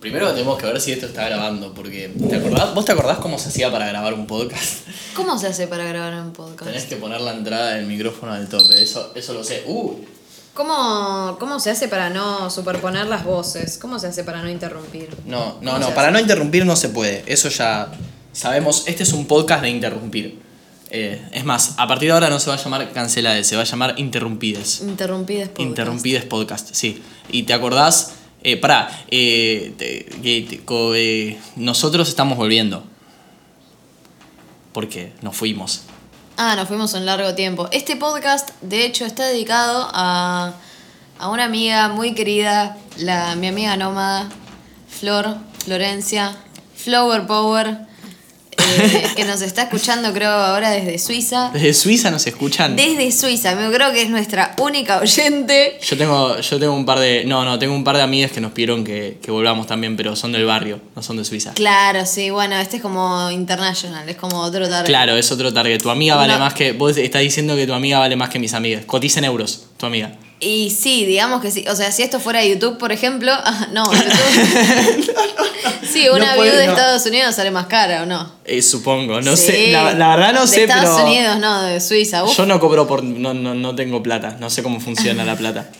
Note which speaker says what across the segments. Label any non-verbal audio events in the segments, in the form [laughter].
Speaker 1: Primero tenemos que ver si esto está grabando, porque ¿te acordás? ¿Vos te acordás cómo se hacía para grabar un podcast? [laughs]
Speaker 2: ¿Cómo se hace para grabar un
Speaker 1: Tenés
Speaker 2: podcast?
Speaker 1: que poner la entrada del micrófono al tope, eso, eso lo sé. Uh,
Speaker 2: ¿Cómo, ¿Cómo se hace para no superponer las voces? ¿Cómo se hace para no interrumpir?
Speaker 1: no, no,
Speaker 2: ¿Cómo se
Speaker 1: no,
Speaker 2: hace?
Speaker 1: para no interrumpir no se puede, eso ya sabemos, este es un podcast de interrumpir. Eh, es más, a partir de ahora no se va a llamar Cancelades, se va a llamar Interrumpides.
Speaker 2: Interrumpí después.
Speaker 1: Interrumpides podcast, sí. Y te acordás, eh, pará, eh, te- que- te- co- eh, nosotros estamos volviendo. Porque nos fuimos.
Speaker 2: Ah, nos fuimos un largo tiempo. Este podcast, de hecho, está dedicado a, a una amiga muy querida, la, mi amiga nómada, Flor, Florencia, Flower Power, eh, que nos está escuchando, creo, ahora desde Suiza.
Speaker 1: Desde Suiza nos escuchan.
Speaker 2: Desde Suiza, me creo que es nuestra única oyente.
Speaker 1: Yo tengo, yo tengo un par de. No, no, tengo un par de amigas que nos pidieron que, que volvamos también, pero son del barrio, no son de Suiza.
Speaker 2: Claro, sí, bueno, este es como international, es como otro target.
Speaker 1: Claro, es otro target. Tu amiga vale
Speaker 2: No.
Speaker 1: más que. Vos estás diciendo que tu amiga vale más que mis amigas. Cotiza en euros, tu amiga.
Speaker 2: Y sí, digamos que sí. O sea, si esto fuera YouTube, por ejemplo. [laughs] ah, No, YouTube.
Speaker 1: [laughs]
Speaker 2: sí,
Speaker 1: No
Speaker 2: una
Speaker 1: puede-
Speaker 2: viuda de
Speaker 1: no.
Speaker 2: Estados Unidos sale más cara, ¿o no?
Speaker 1: Eh, supongo, no
Speaker 2: Sí.
Speaker 1: sé. La, la verdad no
Speaker 2: de
Speaker 1: sé,
Speaker 2: Estados
Speaker 1: pero.
Speaker 2: Unidos, no, de Suiza. Uf,
Speaker 1: Yo no cobro por. No, no, no tengo plata. No sé cómo funciona la plata.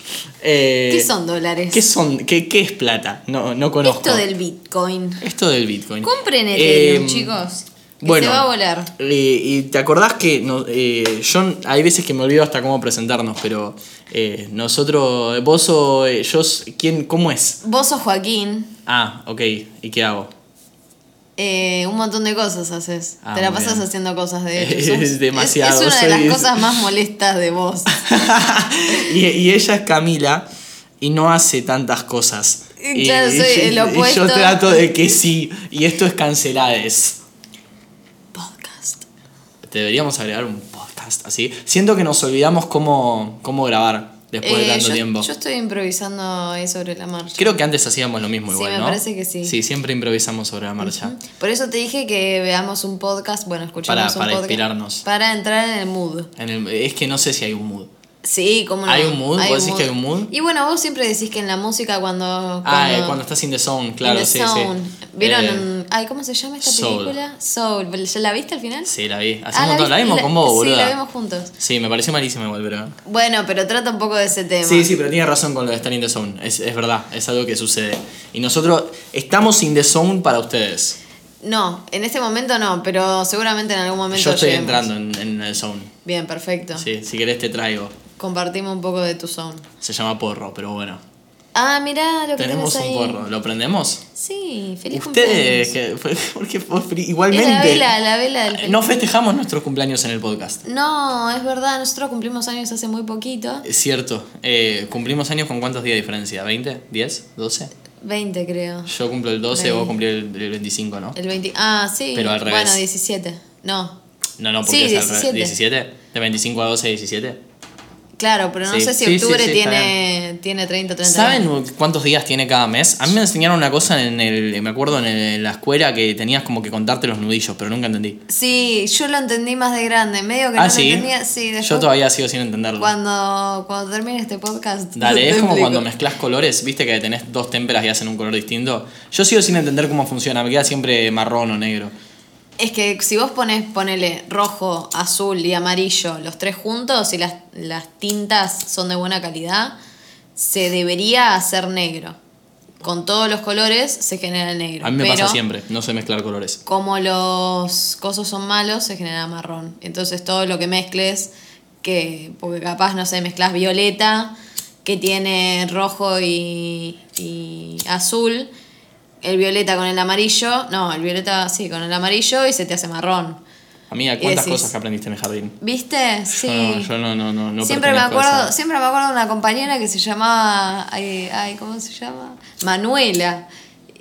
Speaker 1: Eh,
Speaker 2: [laughs] ¿Qué son dólares?
Speaker 1: ¿Qué son? ¿Qué, qué es plata? No, no conozco.
Speaker 2: Esto del Bitcoin.
Speaker 1: Esto del Bitcoin.
Speaker 2: Compren Ethereum,
Speaker 1: Eh,
Speaker 2: chicos. Que
Speaker 1: bueno.
Speaker 2: se va a volar.
Speaker 1: eh, y te acordás que no- eh, yo hay veces que me olvido hasta cómo presentarnos, pero eh, nosotros, vos o eh, yo, s- ¿quién, cómo es?
Speaker 2: Vos sos Joaquín.
Speaker 1: Ah, ok, ¿y qué hago? [laughs]
Speaker 2: eh, un montón de cosas haces.
Speaker 1: Ah,
Speaker 2: Te la
Speaker 1: muy
Speaker 2: pasas
Speaker 1: bien.
Speaker 2: haciendo
Speaker 1: [laughs]
Speaker 2: cosas de hecho.
Speaker 1: Es
Speaker 2: sos- es-
Speaker 1: demasiado,
Speaker 2: Es, una de
Speaker 1: soy-
Speaker 2: las cosas más molestas de vos.
Speaker 1: y, y ella es Camila y no hace tantas cosas. Y-
Speaker 2: Claro,
Speaker 1: y
Speaker 2: soy
Speaker 1: yo-
Speaker 2: el
Speaker 1: y Yo
Speaker 2: opuesto.
Speaker 1: trato de que sí, y esto es cancelades.
Speaker 2: Podcast.
Speaker 1: Deberíamos agregar un podcast así. Siento que nos olvidamos cómo, cómo grabar después de
Speaker 2: Eh,
Speaker 1: tanto
Speaker 2: yo,
Speaker 1: tiempo.
Speaker 2: yo estoy improvisando ahí sobre la marcha.
Speaker 1: Creo que antes hacíamos lo mismo
Speaker 2: Sí,
Speaker 1: igual,
Speaker 2: me
Speaker 1: ¿no?
Speaker 2: parece que sí.
Speaker 1: Sí, siempre improvisamos sobre la marcha.
Speaker 2: Por eso te dije que veamos un podcast, bueno, escuchemos
Speaker 1: Para-
Speaker 2: un
Speaker 1: para
Speaker 2: podcast.
Speaker 1: inspirarnos.
Speaker 2: Para entrar en el mood.
Speaker 1: En el- es que no sé si hay un mood.
Speaker 2: Sí, como
Speaker 1: ¿Hay un mood? ¿Vos decís que hay un mood?
Speaker 2: Y bueno, vos siempre decís que en la música cuando...
Speaker 1: Ah, eh, cuando estás in the zone, claro,
Speaker 2: in the
Speaker 1: sí,
Speaker 2: zone.
Speaker 1: sí.
Speaker 2: ¿Vieron?
Speaker 1: Eh,
Speaker 2: mm, Ay, ¿cómo se llama esta
Speaker 1: Soul.
Speaker 2: película? Soul. ¿Ya ¿La viste al final?
Speaker 1: sí, la vi. Hace
Speaker 2: Ah,
Speaker 1: un montón. La,
Speaker 2: viste-
Speaker 1: vimos con vos, boluda.
Speaker 2: Sí, la vimos juntos.
Speaker 1: Sí, me pareció malísima igual, pero.
Speaker 2: Bueno, pero trata un poco de ese tema.
Speaker 1: Sí, sí, pero tiene razón con lo de estar in the zone. Es, es verdad, es algo que sucede. Y nosotros estamos in the zone para ustedes.
Speaker 2: No, en este momento no, pero seguramente en algún momento
Speaker 1: Yo estoy
Speaker 2: lleguemos. Ah.
Speaker 1: entrando en, en el zone.
Speaker 2: Bien, perfecto.
Speaker 1: Sí, si querés te traigo.
Speaker 2: Compartimos un poco de tu zone.
Speaker 1: Se llama porro, pero bueno.
Speaker 2: Ah, mirá lo que
Speaker 1: Tenemos
Speaker 2: tenés
Speaker 1: un
Speaker 2: ahí.
Speaker 1: porro. ¿Lo prendemos?
Speaker 2: Sí, feliz
Speaker 1: Ustedes,
Speaker 2: cumpleaños.
Speaker 1: que, [laughs] porque vos fri-
Speaker 2: Es la
Speaker 1: igualmente. eh,
Speaker 2: vela, la vela del
Speaker 1: No festejamos nuestros cumpleaños en el podcast.
Speaker 2: No, es verdad, nosotros cumplimos años hace muy poquito.
Speaker 1: Es cierto. Eh, ¿Cumplimos años con cuántos días de diferencia? ¿20? ¿10? ¿12?
Speaker 2: 20 creo.
Speaker 1: Yo cumplo el 12,
Speaker 2: Veinte.
Speaker 1: vos cumplís el, el 25, ¿no?
Speaker 2: El 20. Ah, sí.
Speaker 1: Pero al revés.
Speaker 2: Bueno, 17. No.
Speaker 1: No, no, porque
Speaker 2: Sí,
Speaker 1: es al revés.
Speaker 2: 17.
Speaker 1: ¿17? ¿De 25 a 12, 17?
Speaker 2: Claro, pero no
Speaker 1: Sí.
Speaker 2: sé si
Speaker 1: Sí, sí,
Speaker 2: octubre
Speaker 1: sí, está
Speaker 2: tiene, tiene 30 o 31.
Speaker 1: ¿Saben cuántos días tiene cada mes? A mí me enseñaron una cosa en el. Me acuerdo en, el- en la escuela que tenías como que contarte los nudillos, pero nunca entendí.
Speaker 2: Sí, yo lo entendí más de grande. Medio que
Speaker 1: ah,
Speaker 2: no
Speaker 1: sí.
Speaker 2: lo entendía. Sí, después.
Speaker 1: Yo todavía sigo sin entenderlo.
Speaker 2: Cuando, cuando termine este podcast. [laughs]
Speaker 1: Dale,
Speaker 2: te
Speaker 1: es como
Speaker 2: explico.
Speaker 1: cuando mezclas colores, viste que tenés dos témperas y hacen un color distinto. Yo sigo sin entender cómo funciona, me queda siempre marrón o negro.
Speaker 2: Es que si vos pones, ponele rojo, azul y amarillo, los tres juntos y las, las tintas son de buena calidad, se debería hacer negro. Con todos los colores se genera el negro.
Speaker 1: A mí me
Speaker 2: pero
Speaker 1: pasa siempre, no sé mezclar colores.
Speaker 2: Como los cosos son malos, se genera marrón. Entonces todo lo que mezcles, que porque capaz, no sé, mezclas violeta, que tiene rojo y, y azul, el violeta con el amarillo, no, el violeta sí, con el amarillo y se te hace marrón.
Speaker 1: Amiga, ¿cuántas
Speaker 2: decís-
Speaker 1: cosas que aprendiste en el jardín?
Speaker 2: ¿Viste? Sí.
Speaker 1: Yo no, yo no, no, no, no
Speaker 2: siempre me
Speaker 1: pertenezco a
Speaker 2: acuerdo,
Speaker 1: esa-
Speaker 2: siempre me acuerdo de una compañera que se llamaba ay, ay, ¿cómo se llama? Manuela,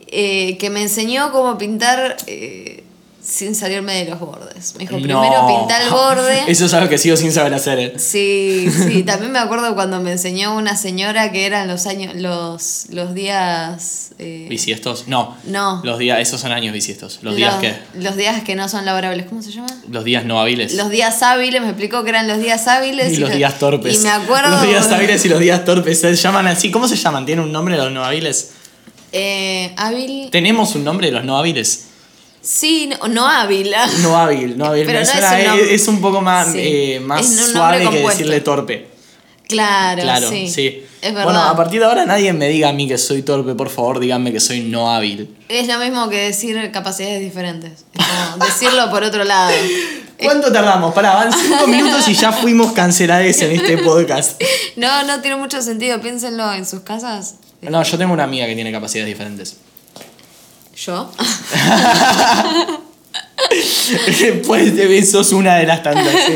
Speaker 2: eh, que me enseñó cómo pintar eh, sin salirme de los bordes. Me dijo, primero
Speaker 1: No.
Speaker 2: pinta el borde.
Speaker 1: [laughs] Eso es algo que sigo sin saber hacer. eh.
Speaker 2: Sí, sí, también me acuerdo cuando me enseñó una señora que eran los años, los, los días eh,
Speaker 1: ¿Bisiestos? No.
Speaker 2: No.
Speaker 1: Los días, esos son años bisiestos. ¿Los días qué?
Speaker 2: Los días que no son laborables, ¿cómo se llama?
Speaker 1: Los días no hábiles.
Speaker 2: Los días hábiles, me explicó que eran los días
Speaker 1: [laughs]
Speaker 2: hábiles.
Speaker 1: y los
Speaker 2: lo-
Speaker 1: días torpes.
Speaker 2: Y me acuerdo.
Speaker 1: Los días hábiles y los días torpes. Se llaman así. ¿Cómo se llaman? ¿Tienen un nombre los no hábiles?
Speaker 2: Eh, hábil.
Speaker 1: Tenemos un nombre de los no hábiles.
Speaker 2: Sí, no, no hábil. [laughs]
Speaker 1: No hábil, no hábil.
Speaker 2: Pero
Speaker 1: me
Speaker 2: no es
Speaker 1: suena-
Speaker 2: un
Speaker 1: es,
Speaker 2: nom-
Speaker 1: es un poco más,
Speaker 2: Sí.
Speaker 1: eh, más
Speaker 2: Es un nombre
Speaker 1: suave que
Speaker 2: compuesto.
Speaker 1: decirle torpe.
Speaker 2: Claro,
Speaker 1: Claro,
Speaker 2: sí.
Speaker 1: sí.
Speaker 2: Es verdad.
Speaker 1: Bueno, a partir de ahora nadie me diga a mí que soy torpe, por favor, díganme que soy no hábil.
Speaker 2: Es lo mismo que decir capacidades diferentes. Es como decirlo por
Speaker 1: [laughs]
Speaker 2: otro lado. Eh.
Speaker 1: ¿Cuánto tardamos? Pará, van
Speaker 2: [laughs]
Speaker 1: cinco minutos y ya fuimos cancelados en este podcast.
Speaker 2: No, no tiene mucho sentido. Piénsenlo en sus casas.
Speaker 1: No, yo tengo una amiga que tiene capacidades diferentes. [laughs]
Speaker 2: Yo.
Speaker 1: Después de ver, sos una de las tantas.
Speaker 2: [laughs]
Speaker 1: sí.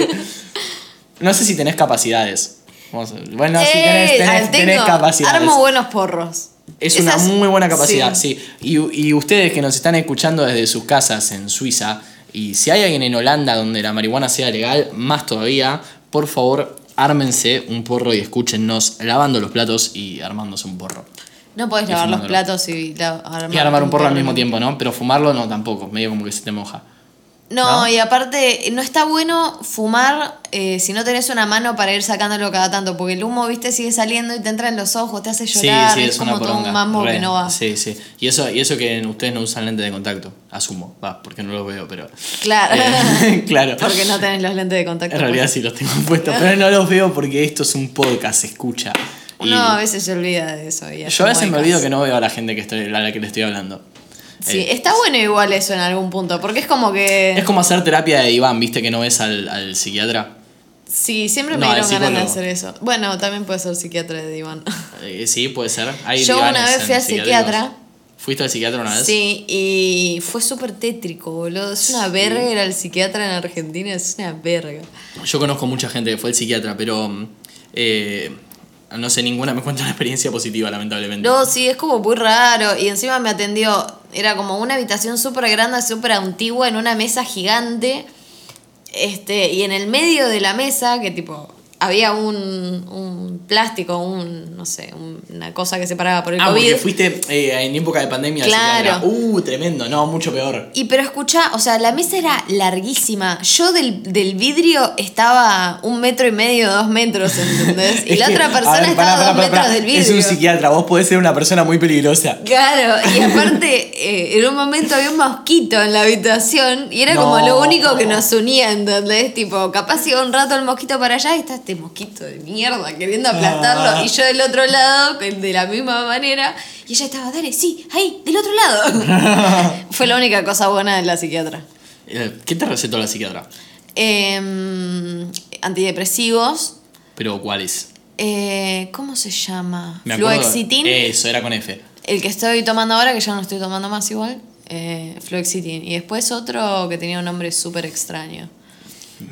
Speaker 1: No sé si tenés capacidades. Vamos a-
Speaker 2: [laughs]
Speaker 1: Bueno, sí, tenés,
Speaker 2: Eh,
Speaker 1: tenés-
Speaker 2: tengo-
Speaker 1: tenés capacidades.
Speaker 2: Armo buenos porros.
Speaker 1: Es una
Speaker 2: Esas-
Speaker 1: muy buena capacidad,
Speaker 2: sí.
Speaker 1: sí. Y, y ustedes que nos están escuchando desde sus casas en Suiza, y si hay alguien en Holanda donde la marihuana sea legal, más todavía, por favor, ármense un porro y escúchennos lavando los platos y armándose un porro.
Speaker 2: No podés
Speaker 1: Y
Speaker 2: lavar los
Speaker 1: fumándolo.
Speaker 2: platos y la- armar,
Speaker 1: Y armar un porro al mismo tiempo, ¿no? Pero fumarlo no tampoco, medio como que se te moja.
Speaker 2: No,
Speaker 1: ¿no?
Speaker 2: y aparte, no está bueno fumar eh, si no tenés una mano para ir sacándolo cada tanto, porque el humo, viste, sigue saliendo y te entra en los ojos, te hace llorar, es, como todo un mambo
Speaker 1: re,
Speaker 2: que no va.
Speaker 1: Sí, sí. Y eso, y eso que ustedes no usan lentes de contacto, asumo, va, porque no los veo, pero.
Speaker 2: Claro,
Speaker 1: Eh, [laughs] claro.
Speaker 2: [laughs] porque no tenés los lentes de contacto. pues.
Speaker 1: En realidad sí los tengo [laughs] puestos, pero no los veo porque esto es un podcast, se escucha. Y
Speaker 2: Uno a veces se olvida de eso. y hace
Speaker 1: yo a veces me
Speaker 2: muecas.
Speaker 1: olvido que no veo a la gente que estoy, a la que le estoy hablando.
Speaker 2: Sí,
Speaker 1: Eh,
Speaker 2: está bueno igual eso en algún punto, porque es como que...
Speaker 1: es como hacer terapia de Iván, viste que no ves al, al psiquiatra.
Speaker 2: Sí, siempre me
Speaker 1: No,
Speaker 2: dieron
Speaker 1: el
Speaker 2: ganas de hacer
Speaker 1: psicólogo.
Speaker 2: eso. Bueno, también puede ser psiquiatra de [laughs] Iván.
Speaker 1: Eh, sí, puede ser. Hay
Speaker 2: Yo
Speaker 1: divanes
Speaker 2: una vez fui
Speaker 1: en
Speaker 2: al
Speaker 1: psiquiátricos.
Speaker 2: psiquiatra.
Speaker 1: ¿Fuiste al psiquiatra una vez?
Speaker 2: Sí, y fue súper tétrico, boludo. Es una verga ir al psiquiatra en Argentina, es una verga.
Speaker 1: Yo conozco mucha gente que fue al psiquiatra, pero mm, eh, no sé, ninguna me cuenta una experiencia positiva, lamentablemente.
Speaker 2: No, sí, es como muy raro. Y encima me atendió, era como una habitación súper grande, súper antigua, en una mesa gigante. Este, y en el medio de la mesa, que tipo, había un, un plástico, un, no sé, un- una cosa que se paraba por el
Speaker 1: ah,
Speaker 2: COVID.
Speaker 1: porque fuiste eh, en época de pandemia. al
Speaker 2: Claro.
Speaker 1: psiquiatra. Uh, tremendo, no, mucho peor.
Speaker 2: Y pero escuchá, o sea, la mesa era larguísima. Yo del, del vidrio estaba un metro y medio, dos
Speaker 1: [laughs]
Speaker 2: metros, ¿entendés? Y la otra
Speaker 1: A
Speaker 2: persona
Speaker 1: ver,
Speaker 2: estaba
Speaker 1: pará, pará,
Speaker 2: dos
Speaker 1: pará,
Speaker 2: metros
Speaker 1: pará.
Speaker 2: del
Speaker 1: Es un
Speaker 2: vidrio.
Speaker 1: psiquiatra, vos podés ser una persona muy peligrosa.
Speaker 2: Claro,
Speaker 1: [laughs]
Speaker 2: y aparte, eh, en un momento había un mosquito en la habitación y era
Speaker 1: No.
Speaker 2: como lo único que nos unía, ¿entendés? Tipo, capaz iba un rato el mosquito para allá y está este mosquito de mierda queriendo aplastarlo.
Speaker 1: Ah.
Speaker 2: Y yo del otro lado, que de la misma manera, y ella estaba, dale, sí, ahí, del otro
Speaker 1: [laughs]
Speaker 2: lado. Fue la única cosa buena de la psiquiatra.
Speaker 1: Eh, ¿Qué te recetó la psiquiatra?
Speaker 2: Em, antidepresivos.
Speaker 1: Pero ¿cuál es?
Speaker 2: eh, ¿Cómo se llama?
Speaker 1: Me acuerdo- Eh.
Speaker 2: Fluoxetin.
Speaker 1: Eso, era con F.
Speaker 2: El que estoy tomando ahora, que ya no estoy tomando más igual. Eh, Fluoxetin. Y después otro que tenía un nombre súper extraño.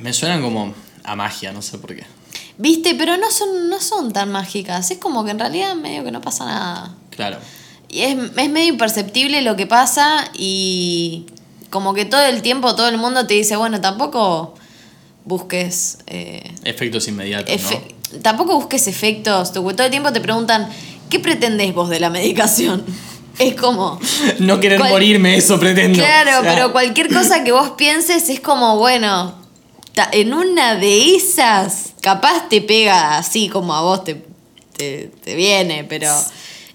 Speaker 1: Me suenan como a magia, no sé por qué.
Speaker 2: Viste, pero no son, no son tan mágicas. Es como que en realidad medio que no pasa nada.
Speaker 1: Claro.
Speaker 2: Y es, es medio imperceptible lo que pasa y como que todo el tiempo todo el mundo te dice, bueno, tampoco busques... eh,
Speaker 1: Efectos inmediatos,
Speaker 2: Efe- Tampoco busques efectos. tu- Todo el tiempo te preguntan, ¿qué pretendés vos de la medicación? [laughs] Es como.
Speaker 1: [laughs] ¿no? No querer
Speaker 2: cual-
Speaker 1: morirme, eso pretendo.
Speaker 2: Claro,
Speaker 1: O sea,
Speaker 2: pero cualquier cosa que vos pienses es como, bueno, ta- en una de esas, capaz te pega así como a vos te, te, te viene, pero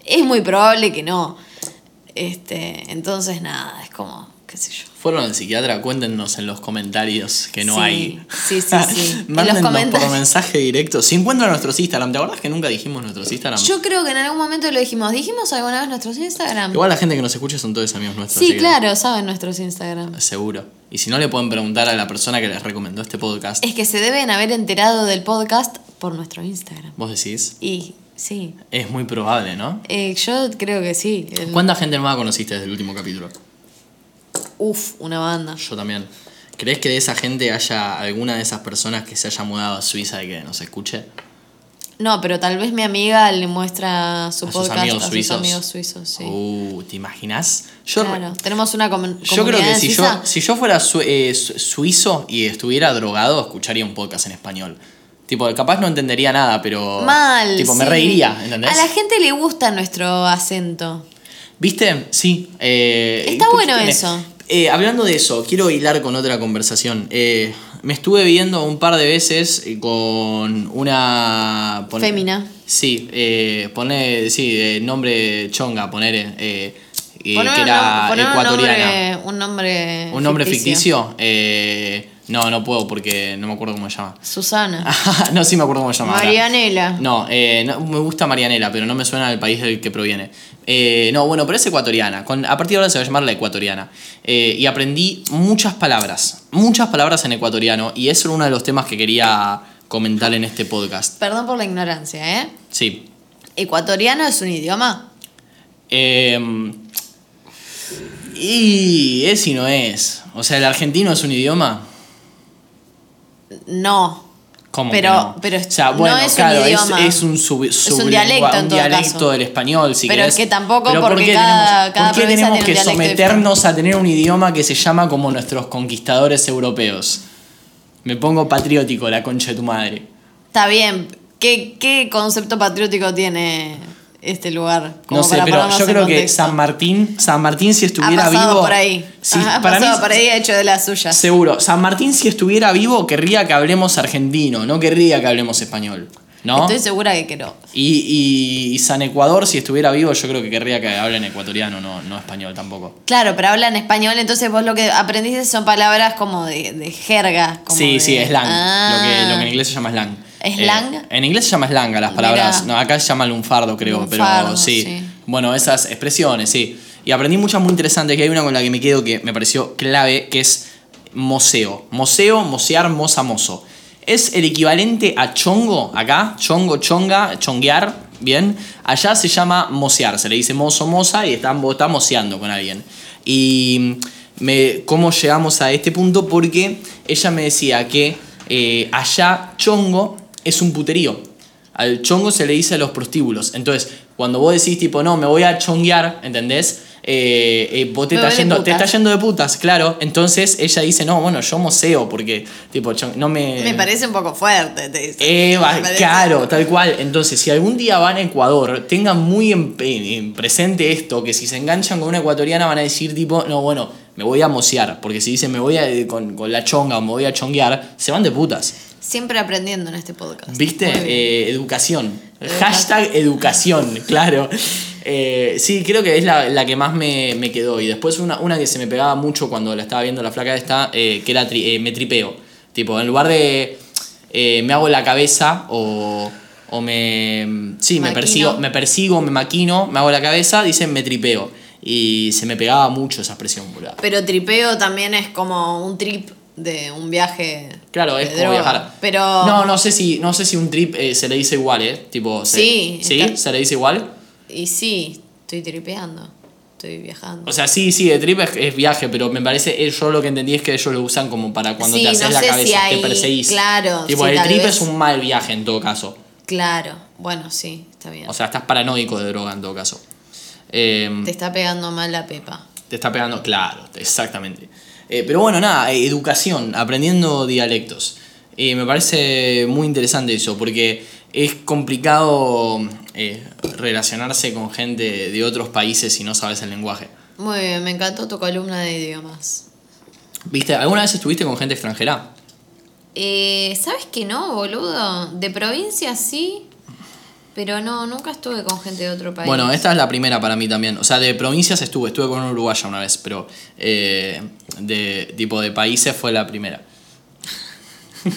Speaker 2: es muy probable que no. Este, entonces, nada, es como, qué sé yo.
Speaker 1: ¿Fueron al psiquiatra? Cuéntenos en los comentarios que no
Speaker 2: Sí,
Speaker 1: hay. [laughs]
Speaker 2: Sí, sí, sí. En los
Speaker 1: Mándennos por
Speaker 2: comentarios.
Speaker 1: mensaje directo. Si encuentran nuestros Instagram, ¿te acordás que nunca dijimos nuestros Instagram?
Speaker 2: Yo creo que en algún momento lo dijimos. ¿Dijimos alguna vez nuestros Instagram?
Speaker 1: Igual la gente que nos escucha son todos amigos nuestros.
Speaker 2: Sí,
Speaker 1: así que-
Speaker 2: claro, saben nuestros Instagram.
Speaker 1: Seguro. Y si no, le pueden preguntar a la persona que les recomendó este podcast.
Speaker 2: Es que se deben haber enterado del podcast por nuestro Instagram.
Speaker 1: Vos decís,
Speaker 2: Y sí,
Speaker 1: es muy probable, ¿no?
Speaker 2: eh, yo creo que sí. El-
Speaker 1: ¿Cuánta gente nueva conociste desde el último capítulo?
Speaker 2: Uf, una banda.
Speaker 1: Yo también. ¿Crees que de esa gente haya alguna de esas personas que se haya mudado a Suiza y que nos escuche?
Speaker 2: No, pero tal vez mi amiga le muestra
Speaker 1: a
Speaker 2: su
Speaker 1: sus
Speaker 2: podcast
Speaker 1: amigos
Speaker 2: a sus
Speaker 1: suizos.
Speaker 2: amigos suizos. Sí.
Speaker 1: Uh, ¿te imaginas? Yo, re-
Speaker 2: claro, tenemos una comun-
Speaker 1: yo creo
Speaker 2: comunidad
Speaker 1: que
Speaker 2: en
Speaker 1: si
Speaker 2: Suiza.
Speaker 1: yo, si yo fuera su- eh, su- suizo y estuviera drogado, escucharía un podcast en español. Tipo, capaz no entendería nada, pero.
Speaker 2: Mal.
Speaker 1: Tipo, me
Speaker 2: sí.
Speaker 1: reiría, ¿entendés?
Speaker 2: A la gente le gusta nuestro acento.
Speaker 1: ¿Viste? Sí. eh,
Speaker 2: Está
Speaker 1: ¿por qué
Speaker 2: bueno
Speaker 1: tiene?
Speaker 2: eso.
Speaker 1: Eh, hablando de eso, quiero hilar con otra conversación. Eh, Me estuve viendo un par de veces eh, con una. pon-
Speaker 2: Fémina.
Speaker 1: Sí, eh, pone, sí, eh, nombre chonga, poner. eh, eh,
Speaker 2: Poner
Speaker 1: que
Speaker 2: un
Speaker 1: era
Speaker 2: nom- poner un
Speaker 1: ecuatoriana.
Speaker 2: nombre- Un nombre,
Speaker 1: ¿Un nombre ficticio? Eh, no, no puedo porque no me acuerdo cómo se llama. [laughs]
Speaker 2: Susana.
Speaker 1: Ah, no, sí me acuerdo cómo se llama. ahora.
Speaker 2: Marianela.
Speaker 1: No, eh, no, me gusta Marianela, pero no me suena el país del que proviene. Eh, no, bueno, pero es ecuatoriana. Con, a partir de ahora se va a llamar la ecuatoriana. Eh, y aprendí muchas palabras, muchas palabras en ecuatoriano. Y eso era uno de los temas que quería comentar en este podcast.
Speaker 2: Perdón por la ignorancia, ¿eh?
Speaker 1: Sí.
Speaker 2: ¿Ecuatoriano es un idioma?
Speaker 1: Eh, y es y no es. O sea, el argentino es un idioma.
Speaker 2: No.
Speaker 1: ¿Cómo
Speaker 2: Pero-
Speaker 1: que no?
Speaker 2: pero
Speaker 1: o sea, bueno,
Speaker 2: no es un
Speaker 1: claro, es-
Speaker 2: idioma.
Speaker 1: Es, un, sub- sublingua- un
Speaker 2: dialecto, en
Speaker 1: dialecto,
Speaker 2: todo caso.
Speaker 1: del español, si
Speaker 2: Pero
Speaker 1: querés.
Speaker 2: es que tampoco,
Speaker 1: Pero ¿por
Speaker 2: porque
Speaker 1: qué
Speaker 2: cada-
Speaker 1: tenemos,
Speaker 2: cada
Speaker 1: ¿Por qué
Speaker 2: provincia
Speaker 1: tenemos
Speaker 2: tiene un
Speaker 1: que
Speaker 2: dialecto
Speaker 1: someternos a tener un idioma que se llama como nuestros conquistadores europeos? Me pongo patriótico, la concha de tu madre.
Speaker 2: Está bien. ¿Qué, qué concepto patriótico tiene este lugar? Como
Speaker 1: No sé,
Speaker 2: para
Speaker 1: pero
Speaker 2: ponernos
Speaker 1: yo
Speaker 2: en
Speaker 1: creo que
Speaker 2: contexto.
Speaker 1: San Martín, San Martín si
Speaker 2: ha
Speaker 1: estuviera
Speaker 2: pasado
Speaker 1: vivo...
Speaker 2: por ahí.
Speaker 1: si-
Speaker 2: Ajá, ha
Speaker 1: para mí-
Speaker 2: pasado por ahí, ha hecho de las suyas.
Speaker 1: Seguro. San Martín si estuviera vivo querría que hablemos argentino, no querría que hablemos español. ¿No?
Speaker 2: Estoy segura que creo.
Speaker 1: Y, y- y San Ecuador, si estuviera vivo, yo creo que querría que hablen ecuatoriano, no, no español tampoco.
Speaker 2: Claro, pero hablan español, entonces vos lo que aprendiste son palabras como de, de jerga. como
Speaker 1: sí,
Speaker 2: de-
Speaker 1: sí, slang.
Speaker 2: Ah.
Speaker 1: Lo, que, lo que en inglés se llama slang.
Speaker 2: ¿Slang?
Speaker 1: Eh, en inglés se llama slang a las palabras.
Speaker 2: Mirá.
Speaker 1: No, acá se llama lunfardo, creo, pero
Speaker 2: Lunfardo,
Speaker 1: sí.
Speaker 2: sí.
Speaker 1: Bueno, esas expresiones, sí. Y aprendí muchas muy interesantes, que hay una con la que me quedo que me pareció clave, que es moseo. Moseo, mosear, moza, mozo. Es el equivalente a chongo acá, chongo, chonga, chonguear, bien. Allá se llama mosear, se le dice mozo, moza y están, vos estás moseando con alguien. Y me, cómo llegamos a este punto, porque ella me decía que eh, allá chongo es un puterío. Al chongo se le dice a los prostíbulos. Entonces, cuando vos decís, tipo, no, me voy a chonguear, ¿entendés? Eh, eh, vos te
Speaker 2: Me
Speaker 1: estás,
Speaker 2: voy de
Speaker 1: yendo, te
Speaker 2: putas.
Speaker 1: estás yendo de putas, claro. Entonces ella dice, no, bueno, yo moseo, porque, tipo, chon- no me.
Speaker 2: Me parece un poco fuerte, te dice.
Speaker 1: Eh, va-
Speaker 2: Me parece-
Speaker 1: claro, tal cual. Entonces, si algún día van a Ecuador, tengan muy en, en- en presente esto, que si se enganchan con una ecuatoriana van a decir tipo, no, bueno, me voy a mosear, porque si dicen me voy a, con, con la chonga o me voy a chonguear, se van de putas.
Speaker 2: Siempre aprendiendo en este podcast.
Speaker 1: ¿Viste?
Speaker 2: Muy bien.
Speaker 1: Eh, educación.
Speaker 2: Educación. [laughs]
Speaker 1: Hashtag educación, claro. Eh, sí, creo que es la, la que más me, me quedó. Y después una, una que se me pegaba mucho cuando la estaba viendo la flaca esta, eh, que era tri- eh, me tripeo. Tipo, en lugar de eh, me hago la cabeza o, o me... Sí, me
Speaker 2: Maquino.
Speaker 1: persigo, me persigo, me maquino, me hago la cabeza, dicen me tripeo. Y se me pegaba mucho esa expresión, boludo.
Speaker 2: Pero tripeo también es como un trip de un viaje.
Speaker 1: Claro,
Speaker 2: de
Speaker 1: es como
Speaker 2: Eh, droga.
Speaker 1: viajar.
Speaker 2: Pero.
Speaker 1: No, no sé si, no sé si un trip eh, se le dice igual, ¿eh? Tipo, se-
Speaker 2: Sí,
Speaker 1: ¿sí?
Speaker 2: está-
Speaker 1: ¿Se le dice igual?
Speaker 2: Y sí, estoy tripeando. Estoy viajando.
Speaker 1: O sea, sí, sí, de trip es, es viaje, pero me parece, eh, yo lo que entendí es que ellos lo usan como para cuando
Speaker 2: Sí,
Speaker 1: te haces
Speaker 2: no
Speaker 1: la
Speaker 2: sé si
Speaker 1: cabeza,
Speaker 2: hay-
Speaker 1: te perseguís.
Speaker 2: claro,
Speaker 1: Tipo,
Speaker 2: sí,
Speaker 1: el
Speaker 2: tal
Speaker 1: trip
Speaker 2: vez.
Speaker 1: es un mal viaje en todo caso.
Speaker 2: claro. Bueno, sí, está bien.
Speaker 1: O sea, estás paranoico de droga en todo caso. Eh,
Speaker 2: te está pegando mal la pepa.
Speaker 1: te está pegando, claro, exactamente. Eh, pero bueno, nada, eh, educación, aprendiendo dialectos. Eh, me parece muy interesante eso, porque es complicado eh, relacionarse con gente de otros países si no sabes el lenguaje.
Speaker 2: Muy bien, me encantó tu columna de idiomas.
Speaker 1: ¿Viste? ¿Alguna vez estuviste con gente extranjera?
Speaker 2: Eh, ¿Sabes que no, boludo? De provincia sí, pero no, nunca estuve con gente de otro país.
Speaker 1: Bueno, esta es la primera para mí también. O sea, de provincias estuve, estuve con un uruguaya una vez, pero eh, de tipo de países fue la primera. [laughs]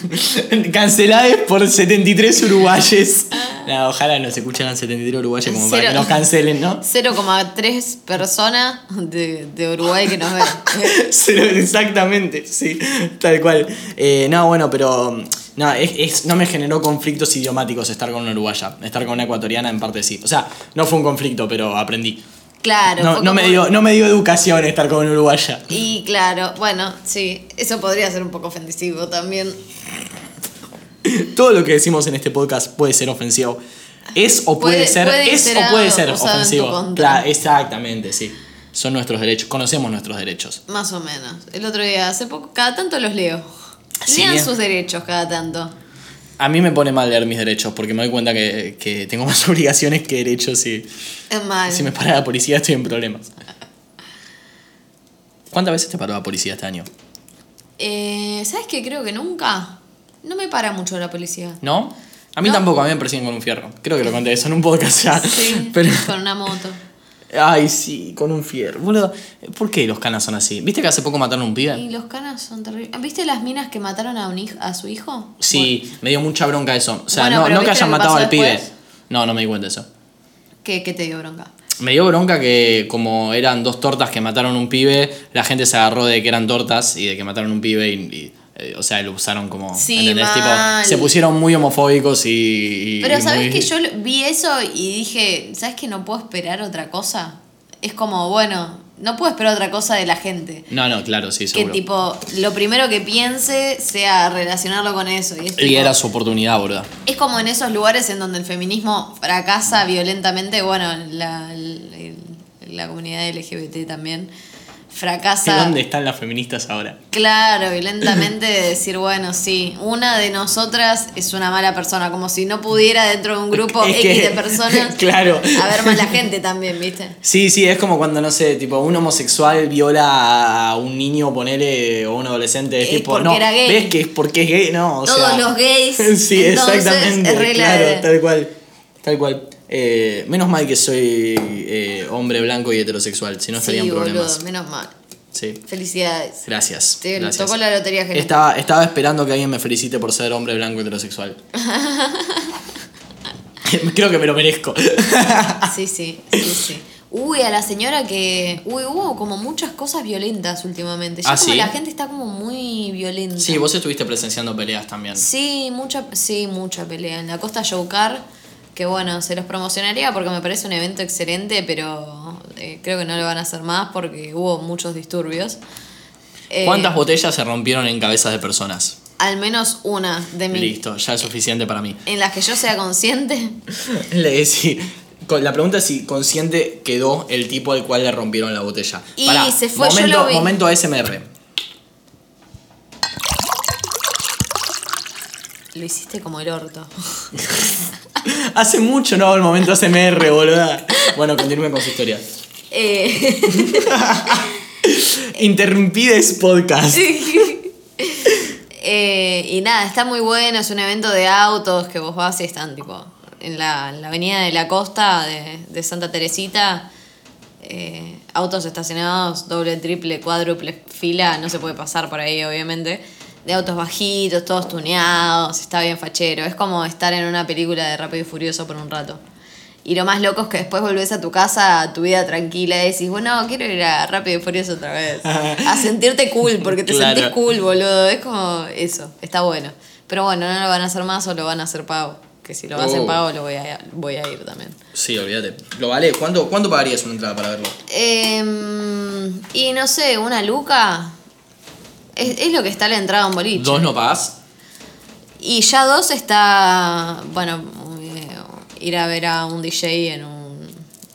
Speaker 1: Cancelades por 73 uruguayes. No, ojalá nos escucharan 73 uruguayes como para
Speaker 2: Ah. Cero.
Speaker 1: que nos cancelen,
Speaker 2: [laughs]
Speaker 1: ¿no?
Speaker 2: 0,3 personas de, de Uruguay que nos ven.
Speaker 1: [laughs] Cero, exactamente, sí, tal cual. Eh, no, bueno, pero no, es- es- no me generó conflictos idiomáticos estar con una uruguaya. Estar con una ecuatoriana en parte sí. O sea, no fue un conflicto, pero aprendí.
Speaker 2: Claro.
Speaker 1: No,
Speaker 2: fue
Speaker 1: no me
Speaker 2: como-
Speaker 1: dio, no me dio educación estar con una uruguaya.
Speaker 2: Y claro, bueno, sí, eso podría ser un poco ofensivo también.
Speaker 1: Todo lo que decimos en este podcast puede ser ofensivo. Es o puede,
Speaker 2: Puede-
Speaker 1: ser,
Speaker 2: puede
Speaker 1: es
Speaker 2: ser
Speaker 1: o puede ser
Speaker 2: usado en tu
Speaker 1: ofensivo.
Speaker 2: contra.
Speaker 1: Claro, exactamente, sí. Son nuestros derechos, conocemos nuestros derechos.
Speaker 2: Más o menos. El otro día, hace poco, cada tanto los leo.
Speaker 1: Sí,
Speaker 2: Lean
Speaker 1: eh.
Speaker 2: sus derechos cada tanto.
Speaker 1: A mí me pone mal leer mis derechos porque me doy cuenta que, que tengo más [laughs] obligaciones que derechos y
Speaker 2: Es mal.
Speaker 1: si me para la policía estoy en problemas. ¿Cuántas veces te paró la policía este año?
Speaker 2: Eh, ¿Sabes qué? Creo que nunca. No me para mucho la policía.
Speaker 1: ¿No? A mí
Speaker 2: No.
Speaker 1: tampoco, a mí me persiguen con un fierro. Creo que lo conté eso en un podcast ya.
Speaker 2: Sí,
Speaker 1: Ah, [laughs] Pero,
Speaker 2: con una moto.
Speaker 1: ay, sí, con un fierro. Boludo, ¿por qué los canas son así? ¿Viste que hace poco mataron a un pibe?
Speaker 2: Y los canas son terribles. ¿Viste las minas que mataron a, un hij- a su hijo?
Speaker 1: Sí, me dio mucha bronca eso. O sea,
Speaker 2: Bueno,
Speaker 1: no-
Speaker 2: pero
Speaker 1: no, que
Speaker 2: ¿viste
Speaker 1: hayan
Speaker 2: lo que
Speaker 1: matado
Speaker 2: pasó
Speaker 1: al pibe.
Speaker 2: después?
Speaker 1: No, no me di cuenta de eso.
Speaker 2: ¿Qué, qué te dio bronca?
Speaker 1: Me dio bronca que como eran dos tortas que mataron un pibe, la gente se agarró de que eran tortas y de que mataron un pibe y, y, eh, o sea, lo usaron como...
Speaker 2: Sí,
Speaker 1: Tipo,
Speaker 2: mal.
Speaker 1: se pusieron muy homofóbicos y... y-
Speaker 2: Pero
Speaker 1: y muy-
Speaker 2: sabes que yo lo- vi eso y dije, ¿sabes que no puedo esperar otra cosa? Es como, bueno, no puedo esperar otra cosa de la gente.
Speaker 1: No, no, claro, sí,
Speaker 2: Que
Speaker 1: seguro.
Speaker 2: tipo, lo primero que piense sea relacionarlo con eso. Y es,
Speaker 1: Y
Speaker 2: tipo-
Speaker 1: era su oportunidad, boludo.
Speaker 2: es como en esos lugares en donde el feminismo fracasa violentamente, bueno, la, el- la comunidad LGBT también fracasa.
Speaker 1: ¿Dónde están las feministas ahora?
Speaker 2: Claro, violentamente de decir, bueno, sí, una de nosotras es una mala persona, como si no pudiera dentro de un grupo
Speaker 1: Es
Speaker 2: X
Speaker 1: que-
Speaker 2: de personas
Speaker 1: [laughs] claro.
Speaker 2: haber mala gente también, ¿viste?
Speaker 1: Sí, sí, es como cuando, no sé, tipo, un homosexual viola a un niño, ponele, o un adolescente, es
Speaker 2: Es
Speaker 1: tipo,
Speaker 2: porque
Speaker 1: no,
Speaker 2: era gay.
Speaker 1: ¿ves que es porque es gay? No, o
Speaker 2: Todos
Speaker 1: sea,
Speaker 2: los
Speaker 1: [laughs]
Speaker 2: gays,
Speaker 1: Sí,
Speaker 2: entonces,
Speaker 1: exactamente,
Speaker 2: es regla
Speaker 1: claro,
Speaker 2: de-
Speaker 1: tal cual, tal cual. Eh, menos mal que soy eh, hombre blanco y heterosexual, si no estarían
Speaker 2: sí,
Speaker 1: problemas.
Speaker 2: boludo, menos mal.
Speaker 1: Sí,
Speaker 2: Felicidades.
Speaker 1: gracias.
Speaker 2: Te
Speaker 1: gracias.
Speaker 2: tocó la lotería general.
Speaker 1: Estaba, estaba esperando que alguien me felicite por ser hombre blanco
Speaker 2: [laughs]
Speaker 1: heterosexual. [laughs] Creo que me lo merezco.
Speaker 2: Sí, sí, sí, sí. Uy, a la señora que. Uy, hubo como muchas cosas violentas últimamente. Ya
Speaker 1: Ah,
Speaker 2: como
Speaker 1: sí.
Speaker 2: la gente está como muy violenta.
Speaker 1: Sí, vos estuviste presenciando peleas también.
Speaker 2: Sí, mucha, sí, mucha pelea. En la Costa Showcar, que bueno, se los promocionaría porque me parece un evento excelente, pero eh, creo que no lo van a hacer más porque hubo muchos disturbios. Eh,
Speaker 1: ¿Cuántas botellas se rompieron en cabezas de personas?
Speaker 2: Al menos una de mí.
Speaker 1: Listo, ya es suficiente para mí.
Speaker 2: En las que yo sea consciente.
Speaker 1: [laughs]
Speaker 2: [laughs]
Speaker 1: Le sí, con- La pregunta es si consciente quedó el tipo al cual le rompieron la botella.
Speaker 2: Y
Speaker 1: Pará,
Speaker 2: se fue, yo
Speaker 1: momento,
Speaker 2: lo vi.
Speaker 1: momento ASMR.
Speaker 2: Lo hiciste como el orto. [laughs]
Speaker 1: Hace mucho no hago el momento
Speaker 2: [laughs]
Speaker 1: ASMR, boluda. Bueno, continúe con su historia.
Speaker 2: Eh,
Speaker 1: Interrumpides podcast.
Speaker 2: [laughs] Eh, y nada, está muy bueno, es un evento de autos que vos vas y están tipo en la, en la avenida de la costa de, de Santa Teresita. eh, autos estacionados, doble, triple, cuádruple fila, no se puede pasar por ahí, obviamente. De autos bajitos, todos tuneados, está bien fachero. Es como estar en una película de Rápido y Furioso por un rato. Y lo más loco es que después volvés a tu casa, a tu vida tranquila, y decís, bueno, quiero ir a Rápido y Furioso otra vez. A sentirte cool, porque te
Speaker 1: Claro.
Speaker 2: sentís cool, boludo. Es como eso, está bueno. Pero bueno, no lo van a hacer más o lo van a hacer pago. Que si lo van a hacer
Speaker 1: Oh.
Speaker 2: pago, lo voy a, voy a ir también.
Speaker 1: Sí, olvídate. ¿Lo vale? ¿Cuánto, ¿Cuánto pagarías una entrada para verlo?
Speaker 2: Em, y no sé, una luca. Es, es lo que está la entrada a un boliche.
Speaker 1: ¿Dos no pagás?
Speaker 2: Y ya dos está. Bueno, eh, ir a ver a un DJ en un,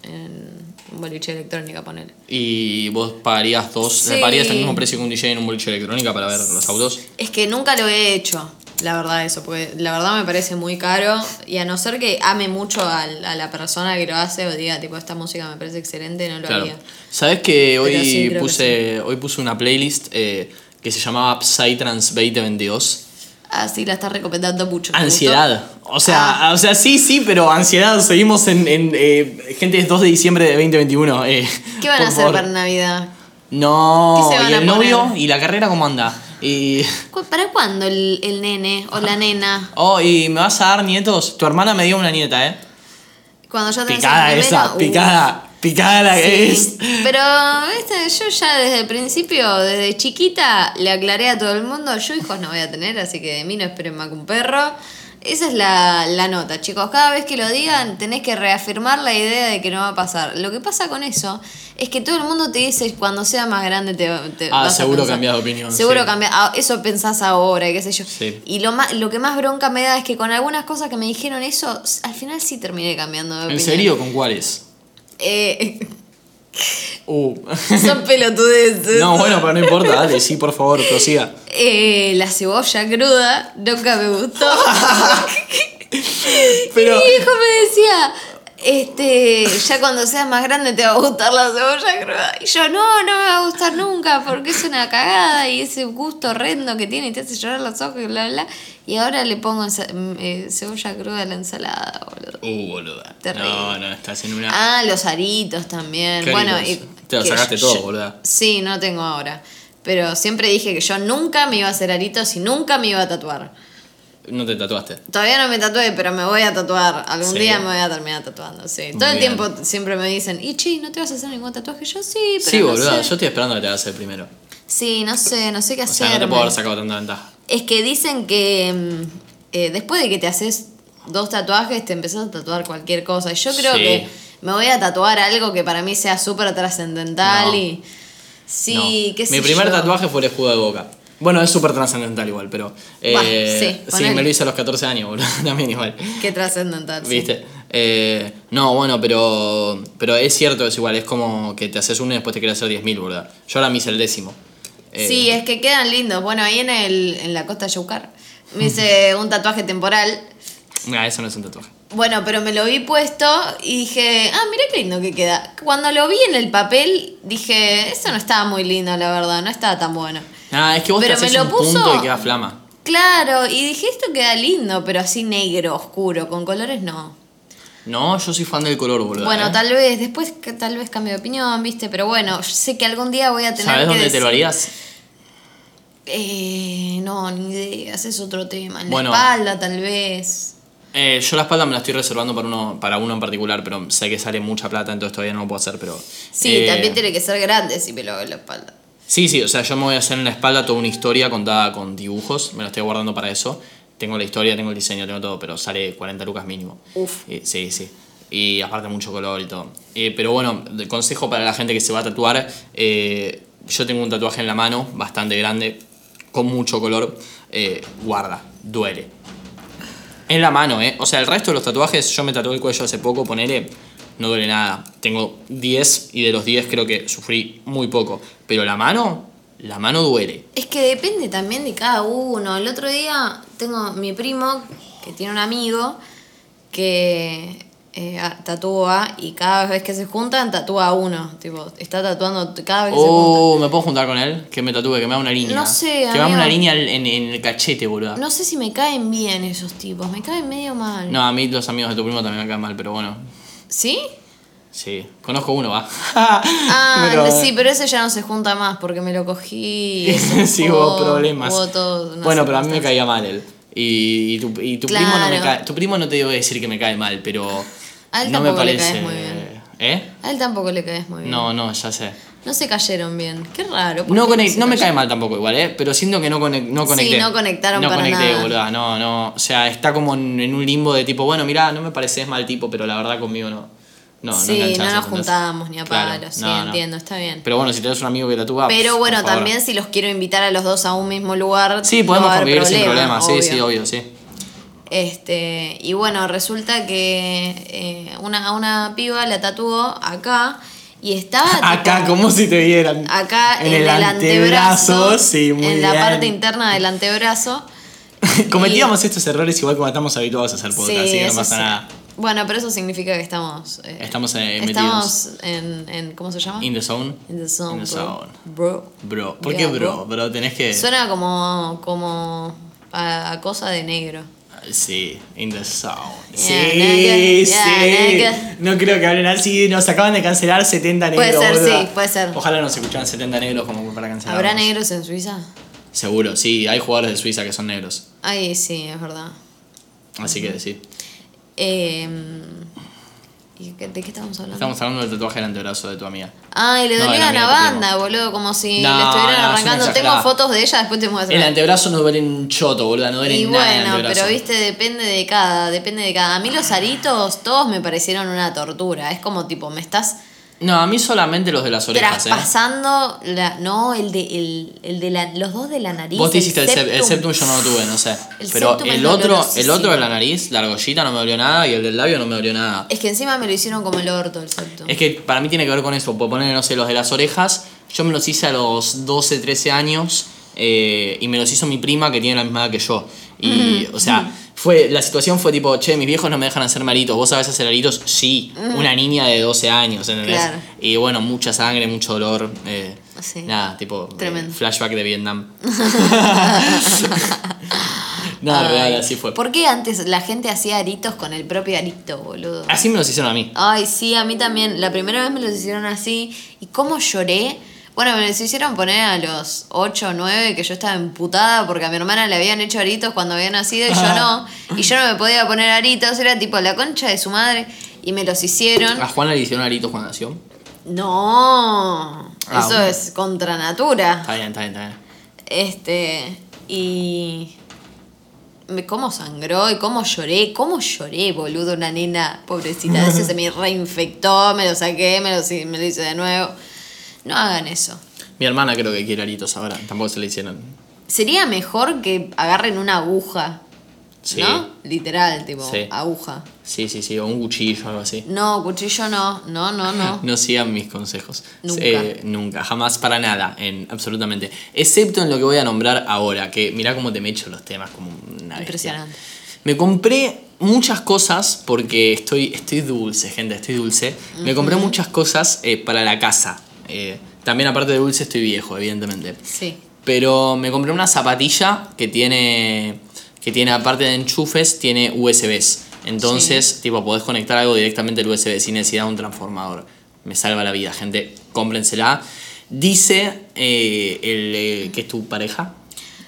Speaker 2: en un boliche de electrónica, ponele.
Speaker 1: ¿Y vos pagarías dos?
Speaker 2: Sí.
Speaker 1: ¿Le pagarías el mismo precio que un DJ en un boliche de electrónica para ver los autos?
Speaker 2: Es que nunca lo he hecho, la verdad, eso, porque la verdad me parece muy caro. Y a no ser que ame mucho a, a la persona que lo hace o diga, tipo, esta música me parece excelente, no lo
Speaker 1: Claro.
Speaker 2: haría.
Speaker 1: ¿Sabes que hoy
Speaker 2: sí, creo que
Speaker 1: puse hoy puse una playlist eh, que se llamaba Psytrance 2022?
Speaker 2: Ah, sí, la está recomendando mucho. ¿te Ah.
Speaker 1: Ansiedad. O sea, o sea, sí, sí, pero ansiedad. Seguimos en, en, eh, gente es 2 de diciembre de 2021. eh,
Speaker 2: gustó? ¿Qué van
Speaker 1: por
Speaker 2: a hacer
Speaker 1: favor.
Speaker 2: para Navidad?
Speaker 1: No,
Speaker 2: ¿Qué se van
Speaker 1: y
Speaker 2: a
Speaker 1: el novio
Speaker 2: poner?
Speaker 1: y la carrera cómo anda. Y
Speaker 2: ¿Cu- ¿Para cuándo el, el nene o la nena?
Speaker 1: oh, y me vas a dar nietos. Tu hermana me dio una nieta, ¿eh?
Speaker 2: Cuando ya tenés el
Speaker 1: Picada
Speaker 2: primero,
Speaker 1: esa,
Speaker 2: uh,
Speaker 1: picada, picada la que es.
Speaker 2: sí. Pero ¿viste? yo ya desde el principio, desde chiquita, le aclaré a todo el mundo, yo hijos no voy a tener, así que de mí no esperen más que un perro. Esa es la, la nota, chicos. Cada vez que lo digan, tenés que reafirmar la idea de que no va a pasar. Lo que pasa con eso es que todo el mundo te dice cuando sea más grande te, te
Speaker 1: Ah,
Speaker 2: vas a
Speaker 1: seguro
Speaker 2: pensar".
Speaker 1: cambiás de opinión,
Speaker 2: Seguro
Speaker 1: sí.
Speaker 2: cambia- ah, Eso pensás ahora, y qué sé yo.
Speaker 1: Sí.
Speaker 2: Y lo, más, lo que más bronca me da es que con algunas cosas que me dijeron eso, al final sí terminé cambiando de
Speaker 1: ¿En
Speaker 2: opinión.
Speaker 1: serio con cuáles?
Speaker 2: Eh, [laughs]
Speaker 1: Uh. [laughs]
Speaker 2: Son pelotudeces.
Speaker 1: No, bueno, pero no importa, dale, sí, por favor, prosiga.
Speaker 2: Eh, la cebolla cruda nunca me gustó.
Speaker 1: [laughs] Pero
Speaker 2: Mi hijo me decía, este, ya cuando seas más grande te va a gustar la cebolla cruda. Y yo, no, no me va a gustar nunca porque es una cagada y ese gusto horrendo que tiene y te hace llorar los ojos y bla, bla. Y ahora le pongo ensa- mm, eh, cebolla cruda a la ensalada, boludo.
Speaker 1: Uh, boluda.
Speaker 2: Terrible.
Speaker 1: No, no, estás en una.
Speaker 2: Ah, los aritos también.
Speaker 1: Qué
Speaker 2: bueno,
Speaker 1: lindo
Speaker 2: y-
Speaker 1: eso. Te lo
Speaker 2: que
Speaker 1: sacaste
Speaker 2: yo-
Speaker 1: todo, boluda.
Speaker 2: Sí, no tengo ahora. Pero siempre dije que yo nunca me iba a hacer aritos y nunca me iba a tatuar.
Speaker 1: No te tatuaste.
Speaker 2: Todavía no me tatué, pero me voy a tatuar. Algún
Speaker 1: Sí.
Speaker 2: día me voy a terminar tatuando, sí.
Speaker 1: Muy
Speaker 2: Todo el
Speaker 1: bien.
Speaker 2: tiempo siempre me dicen, y chi, ¿no te vas a hacer ningún tatuaje? Yo sí, pero
Speaker 1: sí,
Speaker 2: no
Speaker 1: boluda.
Speaker 2: sé".
Speaker 1: Yo estoy esperando que te hagas el primero. O
Speaker 2: Sí, no sé, no sé qué hacer.
Speaker 1: sea, no te puedo haber sacado tanta ventaja.
Speaker 2: Es que dicen que mm, eh, después de que te haces dos tatuajes, te empezás a tatuar cualquier cosa. Y yo creo
Speaker 1: Sí.
Speaker 2: que me voy a tatuar algo que para mí sea súper trascendental
Speaker 1: No.
Speaker 2: y... Sí,
Speaker 1: No.
Speaker 2: qué sé
Speaker 1: Mi primer
Speaker 2: yo.
Speaker 1: tatuaje fue el escudo de boca. Bueno, es súper trascendental igual, pero. eh,
Speaker 2: sí,
Speaker 1: sí,
Speaker 2: ponele.
Speaker 1: me lo hice a los 14 años, boludo. [laughs] También igual.
Speaker 2: Qué trascendental. sí.
Speaker 1: ¿Viste? Eh, no, bueno, pero. Pero es cierto, es igual. Es como que te haces uno y después te quieres hacer 10.000, boluda. Yo ahora me hice el décimo. Eh,
Speaker 2: Sí, es que quedan lindos. Bueno, ahí en, el, en la costa Yaucar me hice
Speaker 1: [laughs]
Speaker 2: un tatuaje temporal.
Speaker 1: nah, eso no es un tatuaje.
Speaker 2: Bueno, pero me lo vi puesto y dije, ah, mira qué lindo que queda. Cuando lo vi en el papel, dije, eso no estaba muy lindo, la verdad, no estaba tan bueno.
Speaker 1: Ah, es que vos
Speaker 2: Pero
Speaker 1: te
Speaker 2: me
Speaker 1: haces
Speaker 2: lo
Speaker 1: un
Speaker 2: puso-
Speaker 1: punto y queda flama.
Speaker 2: Claro, y dije, esto queda lindo, pero así negro, oscuro, con colores no.
Speaker 1: No, yo soy fan del color, boludo.
Speaker 2: Bueno,
Speaker 1: ¿eh?
Speaker 2: tal vez, después que tal vez cambie de opinión, viste, pero bueno, yo sé que algún día voy a tener
Speaker 1: ¿Sabés
Speaker 2: que
Speaker 1: dónde te lo
Speaker 2: decir-
Speaker 1: harías?
Speaker 2: Eh, no, ni idea, ese es otro tema. En
Speaker 1: Bueno.
Speaker 2: la espalda, tal vez.
Speaker 1: Eh, yo la espalda me la estoy reservando para uno, para uno en particular, pero sé que sale mucha plata, entonces todavía no lo puedo hacer, pero.
Speaker 2: Sí,
Speaker 1: eh,
Speaker 2: también tiene que ser grande si me lo veo en la espalda.
Speaker 1: Sí, sí, o sea, yo me voy a hacer en la espalda toda una historia contada con dibujos, me la estoy guardando para eso. Tengo la historia, tengo el diseño, tengo todo, pero sale 40 lucas mínimo.
Speaker 2: Uf.
Speaker 1: Eh, sí, sí. Y aparte mucho color y todo. Eh, pero bueno, de consejo para la gente que se va a tatuar, eh, yo tengo un tatuaje en la mano, bastante grande, con mucho color, eh, guarda, duele. En la mano, ¿eh? O sea, el resto de los tatuajes, yo me tatué el cuello hace poco, ponele, no duele nada. Tengo 10 y de los 10 creo que sufrí muy poco. Pero la mano, la mano duele.
Speaker 2: Es que depende también de cada uno. El otro día tengo mi primo, que tiene un amigo, que eh, a- tatúa y cada vez que se juntan tatúa a uno. Tipo, está tatuando t- cada vez que
Speaker 1: Oh, ¿me puedo juntar con él? Que me tatúe, que me haga una línea.
Speaker 2: No sé,
Speaker 1: Que me haga
Speaker 2: amigo.
Speaker 1: una línea en, en el cachete, boludo.
Speaker 2: se juntan. No sé si me caen bien esos tipos, me caen medio mal.
Speaker 1: No, a mí los amigos de tu primo también me caen mal, pero bueno.
Speaker 2: ¿Sí?
Speaker 1: Sí. Conozco uno, va.
Speaker 2: Ah,
Speaker 1: [laughs] Pero-
Speaker 2: sí, pero ese ya no se junta más porque me
Speaker 1: [laughs]
Speaker 2: lo cogí.
Speaker 1: sí, hubo problemas. bueno, pero a mí me caía
Speaker 2: caía
Speaker 1: mal él. Y, y tu, y tu primo no me
Speaker 2: Claro.
Speaker 1: cae. Tu primo no te debo decir que me cae mal, pero.
Speaker 2: A él
Speaker 1: no me
Speaker 2: tampoco le
Speaker 1: parece.
Speaker 2: caes muy bien.
Speaker 1: ¿Eh?
Speaker 2: A él tampoco le caes muy bien.
Speaker 1: No, no, ya sé.
Speaker 2: No se cayeron bien. Qué raro. ¿por
Speaker 1: No,
Speaker 2: qué
Speaker 1: conec-
Speaker 2: se
Speaker 1: no me
Speaker 2: cayeron?
Speaker 1: cae mal tampoco igual, ¿eh? Pero siento que no, conec- no
Speaker 2: Sí,
Speaker 1: conecté.
Speaker 2: no conectaron
Speaker 1: No
Speaker 2: para
Speaker 1: conecté,
Speaker 2: nada.
Speaker 1: boluda, no, no. O sea, está como en, en un limbo de tipo, bueno, mirá, no me pareces mal tipo, pero la verdad conmigo no. No, no
Speaker 2: Sí, no,
Speaker 1: enganchás,
Speaker 2: nos
Speaker 1: ¿entendés?
Speaker 2: juntábamos ni a
Speaker 1: Claro,
Speaker 2: palos. sí,
Speaker 1: no, no.
Speaker 2: entiendo, está bien. Pero,
Speaker 1: Pero bueno, si tenés un amigo que tatúa. pf,
Speaker 2: bueno,
Speaker 1: Ah, pues, por favor.
Speaker 2: también si los quiero invitar a los dos a un mismo lugar.
Speaker 1: Sí,
Speaker 2: no
Speaker 1: podemos
Speaker 2: va a haber
Speaker 1: convivir sin problemas. Sí, sí,
Speaker 2: obvio.
Speaker 1: obvio, sí.
Speaker 2: Este, y bueno, resulta que eh, una, a una piba la tatuó acá y estaba.
Speaker 1: [laughs] Acá,
Speaker 2: tipo,
Speaker 1: como si te vieran.
Speaker 2: Acá en, el antebrazo. en la
Speaker 1: [laughs]
Speaker 2: parte interna del antebrazo.
Speaker 1: Cometíamos estos errores igual como estamos habituados a hacer podcast, así que no
Speaker 2: eso
Speaker 1: pasa
Speaker 2: sí.
Speaker 1: nada.
Speaker 2: Bueno, pero eso significa que estamos. eh,
Speaker 1: Estamos eh, metidos.
Speaker 2: Estamos en, en- ¿Cómo se llama?
Speaker 1: In the zone.
Speaker 2: In the zone,
Speaker 1: In the
Speaker 2: bro.
Speaker 1: zone. Eh.
Speaker 2: Bro.
Speaker 1: Bro. ¿Por
Speaker 2: Ya,
Speaker 1: qué bro?
Speaker 2: bro.
Speaker 1: Bro, tenés que.
Speaker 2: Suena como, como a, a cosa de negro.
Speaker 1: Sí, in the zone.
Speaker 2: Yeah,
Speaker 1: Sí, sí.
Speaker 2: nigga. Yeah, nigga.
Speaker 1: No creo que hablen así. Nos acaban de cancelar 70
Speaker 2: Puede
Speaker 1: negros.
Speaker 2: ser,
Speaker 1: boluda.
Speaker 2: sí, puede ser.
Speaker 1: Ojalá nos escucharan 70 negros como para cancelar.
Speaker 2: ¿Habrá negros en Suiza?
Speaker 1: Seguro, sí. Hay jugadores de Suiza que son negros.
Speaker 2: Ay, sí, es verdad.
Speaker 1: Así que sí.
Speaker 2: Eh, ¿y qué- ¿De qué estamos hablando?
Speaker 1: Estamos hablando del tatuaje del antebrazo de tu amiga.
Speaker 2: Ay, le
Speaker 1: No,
Speaker 2: dolía
Speaker 1: la
Speaker 2: a una
Speaker 1: mía, tu primo.
Speaker 2: banda, boludo, como si
Speaker 1: No,
Speaker 2: le estuvieran
Speaker 1: no, es una
Speaker 2: arrancando. Tengo
Speaker 1: exagerada.
Speaker 2: fotos de ella, después te muestro.
Speaker 1: El antebrazo no duele un choto, boludo, no duele
Speaker 2: Y
Speaker 1: nada en el
Speaker 2: bueno,
Speaker 1: antebrazo.
Speaker 2: pero viste, depende de cada, depende de cada. A mí los aritos, todos me parecieron una tortura. Es como tipo, me estás
Speaker 1: No, a mí solamente los de las orejas, ¿eh?
Speaker 2: traspasando la. No, el de, el, el de la, los dos de la nariz.
Speaker 1: Vos te hiciste el, sep- el septum,
Speaker 2: septum.
Speaker 1: yo no lo tuve, no sé.
Speaker 2: El
Speaker 1: pero
Speaker 2: septum es
Speaker 1: el otro, el
Speaker 2: dolorosísimo.
Speaker 1: otro de la nariz, la argollita, no me dolió nada y el del labio no me dolió nada.
Speaker 2: Es que encima me lo hicieron como el orto el septum.
Speaker 1: Es que para mí tiene que ver con eso, por poner, no sé, los de las orejas, yo me los hice a los 12,
Speaker 2: Mm.
Speaker 1: 13 años eh, y me los hizo mi prima que tiene la misma edad que yo. Y, o sea, Fue, la situación fue tipo, che, mis viejos no me dejan hacer maritos, vos sabés hacer aritos, sí, una niña de 12 años, ¿entendés?
Speaker 2: Mm. Claro.
Speaker 1: Y bueno, mucha sangre, mucho dolor, eh,
Speaker 2: Sí.
Speaker 1: nada, tipo, eh,
Speaker 2: Tremendo.
Speaker 1: flashback de
Speaker 2: [laughs]
Speaker 1: Vietnam. nada, real,
Speaker 2: Ay,
Speaker 1: así fue.
Speaker 2: ¿Por qué antes la gente hacía aritos con el propio arito, boludo?
Speaker 1: Así me los hicieron a mí.
Speaker 2: Ay, sí, a mí también. La primera vez me los hicieron así. ¿Y cómo lloré? Bueno, me los hicieron poner a los 8 o 9, que yo estaba emputada porque a mi hermana le habían hecho aritos cuando había nacido
Speaker 1: [laughs]
Speaker 2: y yo no. Y yo no me podía poner aritos, era tipo la concha de su madre. Y me los hicieron.
Speaker 1: A Juana le hicieron aritos cuando nació.
Speaker 2: No,
Speaker 1: Ah,
Speaker 2: eso
Speaker 1: bueno.
Speaker 2: es contra natura.
Speaker 1: Está bien, está bien, está bien.
Speaker 2: Este, y. me- ¿Cómo sangró y cómo lloré? ¿Cómo lloré, boludo? Una nena, pobrecita. A veces
Speaker 1: [laughs]
Speaker 2: se me reinfectó, me lo saqué, me lo, si- me lo hice de nuevo. No hagan eso.
Speaker 1: Mi hermana creo que quiere aritos ahora, tampoco se le hicieron.
Speaker 2: Sería mejor que agarren una aguja,
Speaker 1: Sí.
Speaker 2: ¿no? Literal, tipo,
Speaker 1: Sí.
Speaker 2: aguja.
Speaker 1: Sí, sí, sí, o un cuchillo, algo así.
Speaker 2: No, cuchillo no, no,
Speaker 1: [laughs]
Speaker 2: no, no.
Speaker 1: No sigan mis consejos.
Speaker 2: Nunca.
Speaker 1: Eh, nunca, jamás, para nada, en absolutamente. Excepto en lo que voy a nombrar ahora, que mirá cómo te me echo los temas, como una bestia.
Speaker 2: Impresionante.
Speaker 1: Me compré muchas cosas porque estoy, estoy dulce, gente, estoy dulce. Me compré muchas cosas eh, para la casa. Eh, también aparte de dulce estoy viejo, evidentemente.
Speaker 2: Sí.
Speaker 1: Pero me compré una zapatilla que tiene. que tiene, aparte de enchufes, tiene USBs. Entonces, tipo, podés conectar algo directamente al USB sin necesidad de un transformador. Me salva la vida, gente. Cómprensela. Dice eh, el eh, que es tu pareja.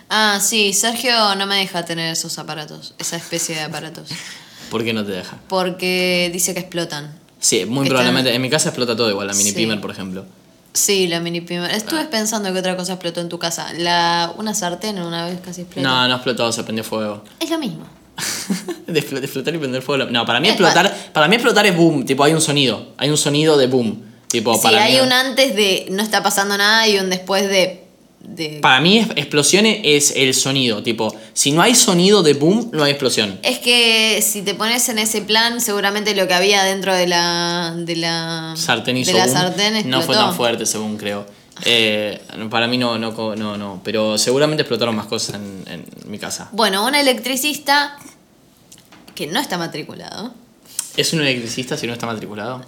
Speaker 2: Ah, sí, Sergio no me deja tener esos aparatos, esa especie de aparatos.
Speaker 1: ¿Por qué no te deja?
Speaker 2: Porque dice que explotan.
Speaker 1: Sí, muy
Speaker 2: Está-
Speaker 1: probablemente. En mi casa explota todo igual, la mini
Speaker 2: Sí.
Speaker 1: pimer, por ejemplo.
Speaker 2: Sí, la mini pimer. Estuve pensando que otra cosa explotó en tu casa. La, una sartén una vez casi explotó.
Speaker 1: No, no explotó, se prendió
Speaker 2: [laughs]
Speaker 1: fuego.
Speaker 2: Es lo mismo.
Speaker 1: De expl- de explotar y prender fuego. No, para mí
Speaker 2: Es
Speaker 1: explotar. Para mí explotar es boom. Tipo, hay un sonido. Hay un sonido de boom. Tipo,
Speaker 2: sí,
Speaker 1: para
Speaker 2: hay
Speaker 1: mí-
Speaker 2: un antes de no está pasando nada y un después de. de-
Speaker 1: Para mí, es- explosiones es el sonido. Tipo, si no hay sonido de boom, no hay explosión.
Speaker 2: Es que si te pones en ese plan, seguramente lo que había dentro de la. de la.
Speaker 1: Sartén hizo
Speaker 2: de la
Speaker 1: boom.
Speaker 2: sartén explotó.
Speaker 1: No fue tan fuerte, según creo. Eh, para mí no, no, co- no, no. Pero seguramente explotaron más cosas en, en mi casa.
Speaker 2: Bueno, un electricista que no está matriculado.
Speaker 1: ¿Es un electricista si no está matriculado?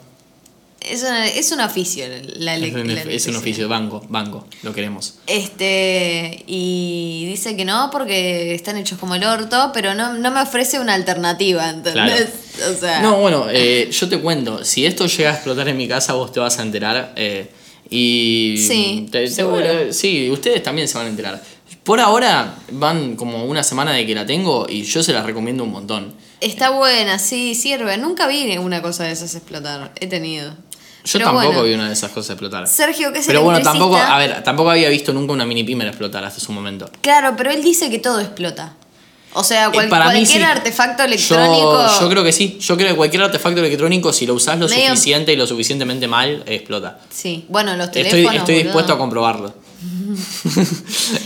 Speaker 2: Es, una- es un oficio la,
Speaker 1: Es
Speaker 2: elec-
Speaker 1: un, es
Speaker 2: la
Speaker 1: un
Speaker 2: electricidad.
Speaker 1: oficio, banco, banco, lo queremos.
Speaker 2: Este, y dice que no porque están hechos como el orto, pero no, no me ofrece una alternativa, ¿entendés? O sea,
Speaker 1: No, bueno, eh, yo te cuento, si esto llega a explotar en mi casa, vos te vas a enterar. eh, y
Speaker 2: Sí,
Speaker 1: te- te-
Speaker 2: seguro.
Speaker 1: eh, sí, ustedes también se van a enterar. Por ahora van como una semana de que la tengo y yo se las recomiendo un montón.
Speaker 2: está buena, sí, sirve. Nunca vi una cosa de esas explotar, he tenido.
Speaker 1: Yo
Speaker 2: Pero
Speaker 1: tampoco
Speaker 2: bueno,
Speaker 1: vi una de esas cosas explotar.
Speaker 2: Sergio, que es
Speaker 1: Pero bueno,
Speaker 2: electricista-
Speaker 1: tampoco, a ver, tampoco había visto nunca una mini pimer explotar hasta su momento.
Speaker 2: Claro, pero él dice que todo explota. O sea,
Speaker 1: Eh,
Speaker 2: cual-
Speaker 1: para mí
Speaker 2: cualquier
Speaker 1: sí.
Speaker 2: artefacto
Speaker 1: Yo-
Speaker 2: electrónico.
Speaker 1: Yo, creo que sí. Yo creo que cualquier artefacto electrónico, si lo usás lo
Speaker 2: Medio-
Speaker 1: suficiente y lo suficientemente mal, explota.
Speaker 2: Sí, bueno, los
Speaker 1: Estoy,
Speaker 2: teléfonos.
Speaker 1: estoy
Speaker 2: boludo.
Speaker 1: dispuesto a comprobarlo. [laughs]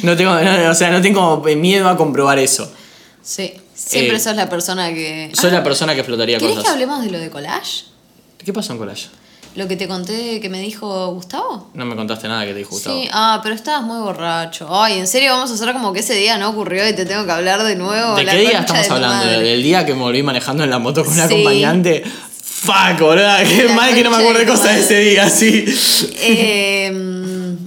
Speaker 1: no tengo, no, o sea, no tengo miedo a comprobar eso.
Speaker 2: Sí, siempre
Speaker 1: Eh,
Speaker 2: sos la persona que.
Speaker 1: Soy
Speaker 2: Ah,
Speaker 1: la persona que explotaría
Speaker 2: ¿Querés
Speaker 1: cosas.
Speaker 2: que hablemos de lo de collage?
Speaker 1: ¿Qué pasó en Collage?
Speaker 2: Lo que te conté que me dijo Gustavo.
Speaker 1: No me contaste nada que te disgustó.
Speaker 2: Sí, ah, pero estabas muy borracho. Ay, en serio vamos a hacer como que ese día no ocurrió y te tengo que hablar de nuevo.
Speaker 1: ¿De
Speaker 2: La
Speaker 1: qué día
Speaker 2: concha
Speaker 1: estamos
Speaker 2: de tu
Speaker 1: hablando?
Speaker 2: madre.
Speaker 1: ¿Del día que me volví manejando en la moto con un
Speaker 2: Sí.
Speaker 1: acompañante? Fuck, boludo. Qué
Speaker 2: La
Speaker 1: mal que no me
Speaker 2: concha
Speaker 1: acuerdo
Speaker 2: de tu
Speaker 1: cosas de ese
Speaker 2: madre.
Speaker 1: día, sí.
Speaker 2: Eh, mm,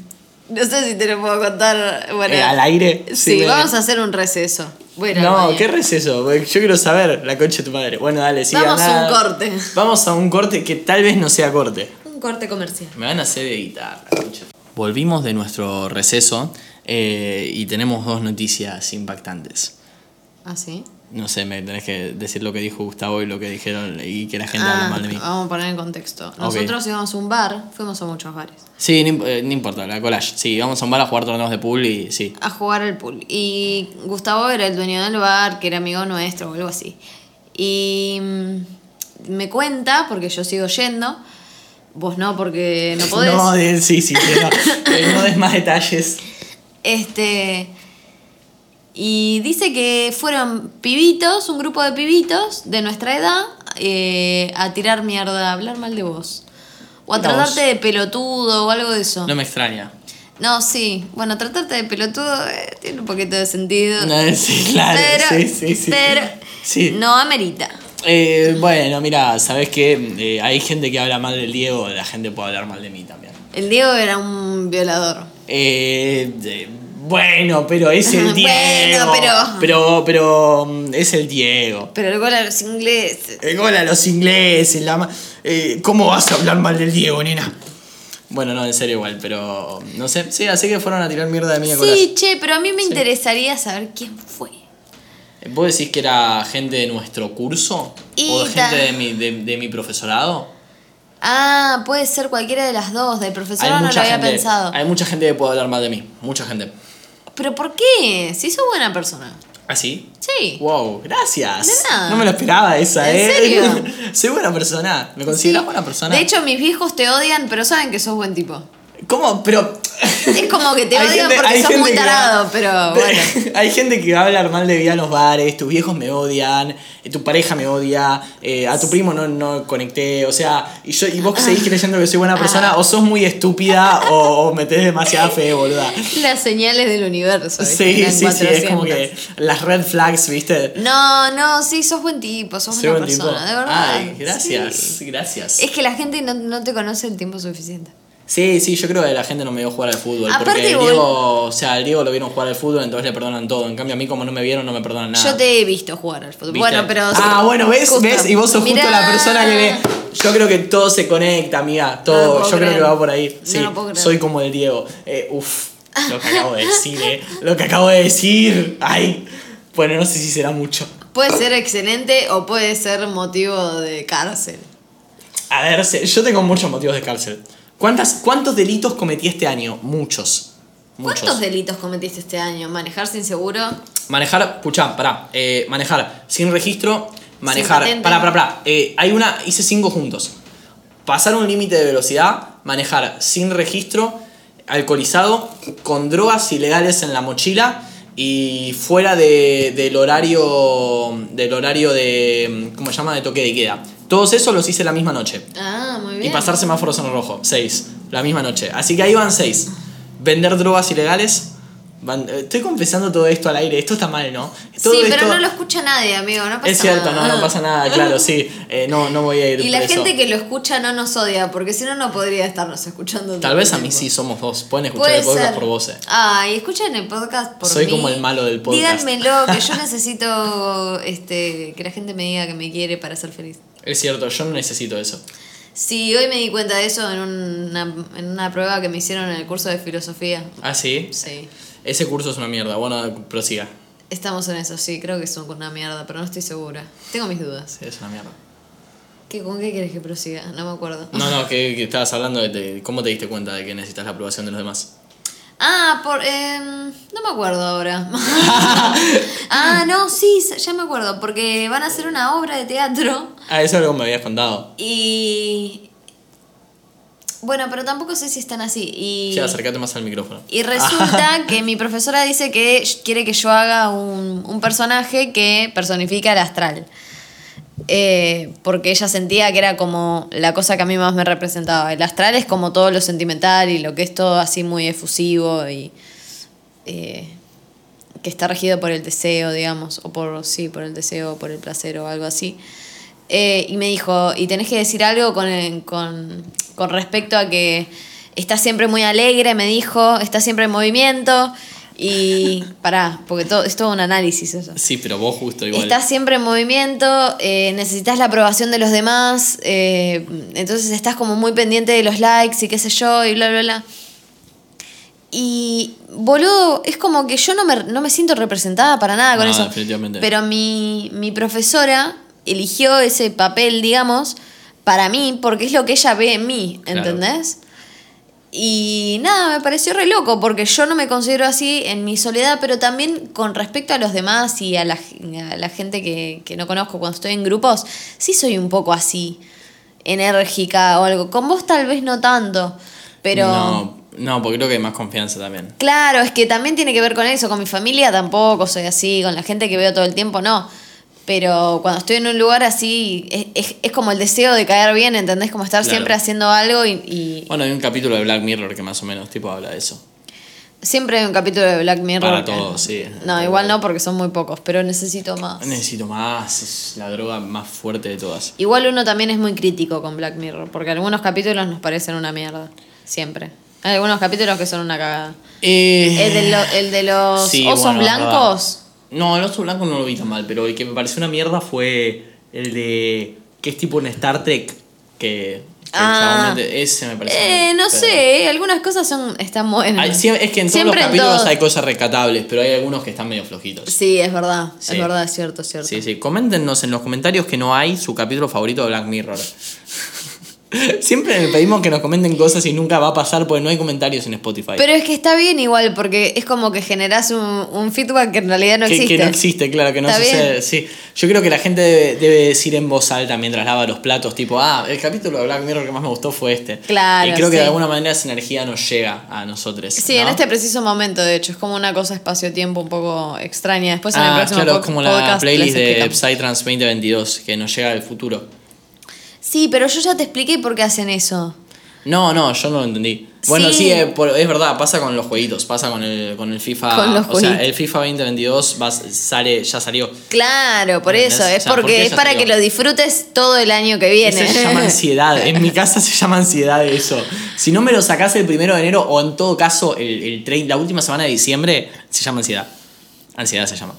Speaker 2: no sé si te lo puedo contar. Bueno,
Speaker 1: Eh, ¿Al aire?
Speaker 2: Sí,
Speaker 1: me-
Speaker 2: vamos a hacer un receso. Bueno,
Speaker 1: No, ¿qué receso? Yo quiero saber la concha de tu madre. Bueno, dale, sí.
Speaker 2: Vamos
Speaker 1: andá.
Speaker 2: a un corte.
Speaker 1: Vamos a un corte que tal vez no sea corte.
Speaker 2: Un corte comercial.
Speaker 1: Me van a hacer editar. la concha. Volvimos de nuestro receso eh, y tenemos dos noticias impactantes.
Speaker 2: ¿Ah, sí?
Speaker 1: No sé, me tenés que decir lo que dijo Gustavo y lo que dijeron y que la gente hable
Speaker 2: Ah,
Speaker 1: mal de mí.
Speaker 2: vamos a poner en contexto. Nosotros íbamos a un bar, fuimos a muchos bares.
Speaker 1: Sí, no, imp- eh, no importa, la collage. Sí, vamos a un bar a jugar torneos de pool y sí.
Speaker 2: a jugar al pool. Y Gustavo era el dueño del bar, que era amigo nuestro o algo así. Y mm, me cuenta, porque yo sigo yendo, vos no, porque
Speaker 1: [laughs]
Speaker 2: no podés.
Speaker 1: No, de- sí, sí, sí, no, Eh, no des más detalles.
Speaker 2: Este. Y dice que fueron pibitos, un grupo de pibitos de nuestra edad, eh, a tirar mierda, a hablar mal de vos. O a
Speaker 1: Mira vos.
Speaker 2: tratarte de pelotudo o algo de eso.
Speaker 1: No me extraña.
Speaker 2: No, sí. Bueno, tratarte de pelotudo eh, tiene un poquito de sentido.
Speaker 1: No, sí, claro,
Speaker 2: Pero,
Speaker 1: sí, sí, sí.
Speaker 2: pero
Speaker 1: Sí.
Speaker 2: No amerita.
Speaker 1: Eh, bueno, mira, sabes que eh, hay gente que habla mal del Diego, la gente puede hablar mal de mí también.
Speaker 2: El Diego era un violador.
Speaker 1: Eh, de- bueno, pero es el
Speaker 2: [laughs] Bueno,
Speaker 1: Diego.
Speaker 2: pero-
Speaker 1: pero. Pero mm, es el Diego.
Speaker 2: Pero el gol a los ingleses.
Speaker 1: El gol a los ingleses, la ma- eh, ¿Cómo vas a hablar mal del Diego, nena? Bueno, no, en serio igual, pero no sé. Sí, así que fueron a tirar mierda de mí a
Speaker 2: Sí, che, pero a mí me interesaría saber quién fue.
Speaker 1: Colazo. Eh, ¿Vos decís que era gente de nuestro curso? ¿O
Speaker 2: Y ta-
Speaker 1: gente de mi, de, de mi profesorado?
Speaker 2: Ah, puede ser cualquiera de las dos. Del profesor no lo había
Speaker 1: gente,
Speaker 2: pensado.
Speaker 1: hay mucha gente que puede hablar mal de mí. Mucha gente.
Speaker 2: ¿Pero por qué? Si sos buena persona.
Speaker 1: ¿Ah, sí?
Speaker 2: Sí.
Speaker 1: Wow, gracias.
Speaker 2: De nada.
Speaker 1: No me lo esperaba esa,
Speaker 2: ¿En
Speaker 1: ¿eh?
Speaker 2: serio?
Speaker 1: [laughs] Soy buena persona. ¿Me consideras buena persona?
Speaker 2: De hecho, mis viejos te odian, pero saben que sos buen tipo.
Speaker 1: ¿Cómo? Pero.
Speaker 2: Es como que [laughs]
Speaker 1: [laughs]
Speaker 2: te
Speaker 1: Hay
Speaker 2: odian
Speaker 1: gente-
Speaker 2: porque
Speaker 1: hay
Speaker 2: sos
Speaker 1: gente
Speaker 2: muy
Speaker 1: que va-
Speaker 2: tarado,
Speaker 1: [laughs]
Speaker 2: pero bueno.
Speaker 1: Hay gente que va a hablar mal de vida en los bares, tus viejos me odian, eh, tu pareja me odia, eh, a tu primo no, no conecté, o sea, y, yo, y vos
Speaker 2: Ah.
Speaker 1: seguís creyendo que soy buena persona, o sos muy estúpida, o, o metés demasiada fe,
Speaker 2: [laughs]
Speaker 1: boluda.
Speaker 2: Las señales del universo. ¿viste?
Speaker 1: Sí,
Speaker 2: Eran
Speaker 1: sí, sí, es como
Speaker 2: 400.
Speaker 1: que las red flags, viste.
Speaker 2: No, no, sí, sos buen tipo, sos
Speaker 1: Soy
Speaker 2: buena
Speaker 1: buen tipo.
Speaker 2: persona, de verdad.
Speaker 1: Ay, gracias,
Speaker 2: sí.
Speaker 1: gracias.
Speaker 2: Es que la gente no, no te conoce el tiempo suficiente.
Speaker 1: Sí, sí, yo creo que la gente no me vio jugar al fútbol.
Speaker 2: Aparte,
Speaker 1: porque el
Speaker 2: bol-
Speaker 1: Diego, o sea, al Diego lo vieron jugar al fútbol, entonces le perdonan todo. En cambio, a mí, como no me vieron, no me perdonan nada.
Speaker 2: Yo te he visto jugar al fútbol.
Speaker 1: ¿Viste?
Speaker 2: Bueno, pero.
Speaker 1: Ah, bueno, ¿ves?
Speaker 2: Justo.
Speaker 1: ¿Ves? Y vos sos justo
Speaker 2: Mirá.
Speaker 1: la persona que ve. Yo creo que todo se conecta, amiga.
Speaker 2: No lo
Speaker 1: Todo.
Speaker 2: puedo
Speaker 1: Yo creo
Speaker 2: creer.
Speaker 1: que va por ahí.
Speaker 2: No
Speaker 1: Sí,
Speaker 2: lo puedo creer.
Speaker 1: soy como el Diego. Eh, uf, lo que acabo de decir, eh. Lo que acabo de decir. Ay. Bueno, no sé si será mucho.
Speaker 2: Puede ser excelente o puede ser motivo de cárcel.
Speaker 1: A ver, se- yo tengo muchos motivos de cárcel. ¿Cuántas, ¿Cuántos delitos cometí este año? Muchos. Muchos.
Speaker 2: ¿Cuántos delitos cometiste este año? ¿Manejar sin seguro?
Speaker 1: Manejar, escuchá, pará. eh, manejar sin registro, manejar.
Speaker 2: patente.
Speaker 1: pará, pará, pará. eh, hay una, hice cinco juntos. Pasar un límite de velocidad, manejar sin registro, alcoholizado, con drogas ilegales en la mochila y fuera de- del horario. del horario de. ¿Cómo se llama? de toque de queda. Todos esos los hice la misma noche.
Speaker 2: Ah, muy
Speaker 1: Y
Speaker 2: bien.
Speaker 1: pasar semáforos en rojo, 6, la misma noche. Así que ahí van 6. Vender drogas ilegales. van- eh, estoy confesando todo esto al aire, esto está mal, ¿no? Todo
Speaker 2: sí,
Speaker 1: esto-
Speaker 2: pero no lo escucha nadie, amigo. No pasa
Speaker 1: Es cierto, no,
Speaker 2: nada.
Speaker 1: no pasa nada, claro, sí. Eh, no, no voy a ir
Speaker 2: Y la
Speaker 1: preso.
Speaker 2: gente que lo escucha no nos odia, porque si no, no podría estarnos escuchando. todo
Speaker 1: Tal vez
Speaker 2: el
Speaker 1: a mí
Speaker 2: tiempo.
Speaker 1: sí somos dos, pueden escuchar
Speaker 2: Puede
Speaker 1: el podcast
Speaker 2: ser.
Speaker 1: por voces.
Speaker 2: Ay, escuchen el podcast por
Speaker 1: Soy
Speaker 2: mí.
Speaker 1: como el malo del podcast.
Speaker 2: Díganmelo, que
Speaker 1: [laughs]
Speaker 2: yo necesito este, que la gente me diga que me quiere para ser feliz.
Speaker 1: Es cierto, yo no necesito eso.
Speaker 2: Sí, hoy me di cuenta de eso en una, en una prueba que me hicieron en el curso de filosofía.
Speaker 1: Ah, sí.
Speaker 2: Sí,
Speaker 1: Ese curso es una mierda. Bueno, prosiga.
Speaker 2: estamos en eso, sí, creo que es una mierda, pero no estoy segura. Tengo mis dudas.
Speaker 1: Sí, es una mierda.
Speaker 2: ¿Qué, ¿Con qué quieres que prosiga? No me acuerdo.
Speaker 1: No, no, que, que estabas hablando de, de cómo te diste cuenta de que necesitas la aprobación de los demás.
Speaker 2: Ah, por. em, no me acuerdo
Speaker 1: [laughs]
Speaker 2: ahora. ah, no, sí, ya me acuerdo, porque van a hacer una obra de teatro.
Speaker 1: Ah, eso es algo que me habías contado.
Speaker 2: Y. Bueno, pero tampoco sé si están así. Y,
Speaker 1: Sí, acércate más al micrófono.
Speaker 2: y resulta que mi profesora dice que quiere que yo haga un, un personaje que personifica el astral. Eh, porque ella sentía que era como la cosa que a mí más me representaba. El astral es como todo lo sentimental y lo que es todo así muy efusivo y. eh, que está regido por el deseo, digamos, o por, sí, por el deseo, por el placer o algo así. Eh, y me dijo, y tenés que decir algo con, el- con, con respecto a que estás siempre muy alegre, me dijo, estás siempre en movimiento, y pará, porque todo, es todo un análisis eso.
Speaker 1: Sí, pero vos justo igual.
Speaker 2: Estás siempre en movimiento, eh, necesitas la aprobación de los demás, eh, entonces estás como muy pendiente de los likes y qué sé yo, y bla, bla, bla. Y, boludo, es como que yo no me, no me siento representada para nada con
Speaker 1: No,
Speaker 2: eso.
Speaker 1: Ah, definitivamente.
Speaker 2: Pero mi, mi profesora eligió ese papel, digamos, para mí, porque es lo que ella ve en mí,
Speaker 1: Claro.
Speaker 2: ¿entendés? Y nada, me pareció re loco porque yo no me considero así en mi soledad, pero también con respecto a los demás y a la, a la gente que, que no conozco cuando estoy en grupos, sí soy un poco así, enérgica o algo. Con vos tal vez no tanto, pero...
Speaker 1: No, no, porque creo que hay más confianza también.
Speaker 2: Claro, es que también tiene que ver con eso, con mi familia tampoco soy así, con la gente que veo todo el tiempo no. Pero cuando estoy en un lugar así, es, es- es como el deseo de caer bien, ¿entendés? Como estar
Speaker 1: Claro.
Speaker 2: siempre haciendo algo y, y-
Speaker 1: Bueno, hay un capítulo de Black Mirror que más o menos tipo habla de eso.
Speaker 2: Siempre hay un capítulo de Black Mirror.
Speaker 1: Para
Speaker 2: que-
Speaker 1: todos, sí. Ah,
Speaker 2: No, igual no porque son muy pocos, pero necesito más.
Speaker 1: Necesito más, es la droga más fuerte de todas.
Speaker 2: Igual uno también es muy crítico con Black Mirror, porque algunos capítulos nos parecen una mierda, siempre. Hay algunos capítulos que son una cagada.
Speaker 1: Eh,
Speaker 2: El de, lo- el de los
Speaker 1: sí,
Speaker 2: osos
Speaker 1: bueno, es verdad.
Speaker 2: blancos.
Speaker 1: No, el oso blanco no lo vi tan mal, pero el que me pareció una mierda fue el de. que es tipo un Star Trek. Que. que
Speaker 2: Ah.
Speaker 1: el chabón de- ese me pareció.
Speaker 2: Eh, no sé, eh, algunas cosas son están buenas.
Speaker 1: Hay- sí, es que en todos
Speaker 2: Siempre
Speaker 1: los
Speaker 2: en
Speaker 1: capítulos
Speaker 2: todos.
Speaker 1: hay cosas rescatables, pero hay algunos que están medio flojitos.
Speaker 2: Sí, es verdad,
Speaker 1: Sí.
Speaker 2: es verdad, es cierto, es cierto.
Speaker 1: Sí, sí. Coméntenos en los comentarios que no hay su capítulo favorito de Black Mirror. [laughs] Siempre le pedimos que nos comenten cosas y nunca va a pasar porque no hay comentarios en Spotify.
Speaker 2: Pero es que está bien igual, porque es como que generás un, un feedback que en realidad no
Speaker 1: que,
Speaker 2: existe.
Speaker 1: que no existe, claro, que no
Speaker 2: Está
Speaker 1: sucede.
Speaker 2: bien.
Speaker 1: Sí. Yo creo que la gente debe, debe decir en voz alta mientras lava los platos, tipo, ah, el capítulo de Black Mirror que más me gustó fue este.
Speaker 2: Claro,
Speaker 1: Y creo que de
Speaker 2: sí.
Speaker 1: alguna manera esa energía nos llega a nosotros.
Speaker 2: Sí, en
Speaker 1: ¿no?
Speaker 2: este preciso momento, de hecho, es como una cosa espacio-tiempo un poco extraña. Después en el
Speaker 1: Ah,
Speaker 2: próximo
Speaker 1: claro,
Speaker 2: po-
Speaker 1: como la
Speaker 2: podcast les
Speaker 1: playlist de
Speaker 2: explicamos.
Speaker 1: Psytrance 2022, que nos llega del futuro.
Speaker 2: Sí, pero yo ya te expliqué por qué hacen eso.
Speaker 1: No, no, yo no lo entendí. Bueno, sí,
Speaker 2: Sí.
Speaker 1: eh, por- es verdad, pasa con los jueguitos, pasa con el, con el FIFA.
Speaker 2: Con los
Speaker 1: o sea,
Speaker 2: jueguitos.
Speaker 1: el FIFA 2022 va- sale, ya salió.
Speaker 2: Claro, por
Speaker 1: ¿Entendés?
Speaker 2: eso,
Speaker 1: O
Speaker 2: es
Speaker 1: sea, ¿por
Speaker 2: porque
Speaker 1: qué
Speaker 2: es
Speaker 1: ya
Speaker 2: para
Speaker 1: salió?
Speaker 2: que lo disfrutes todo el año que viene.
Speaker 1: Eso se
Speaker 2: [laughs]
Speaker 1: llama ansiedad. En mi casa se llama ansiedad eso. Si no me lo sacás el primero de enero o en todo caso el, el trein- la última semana de diciembre, se llama ansiedad. Ansiedad se llama.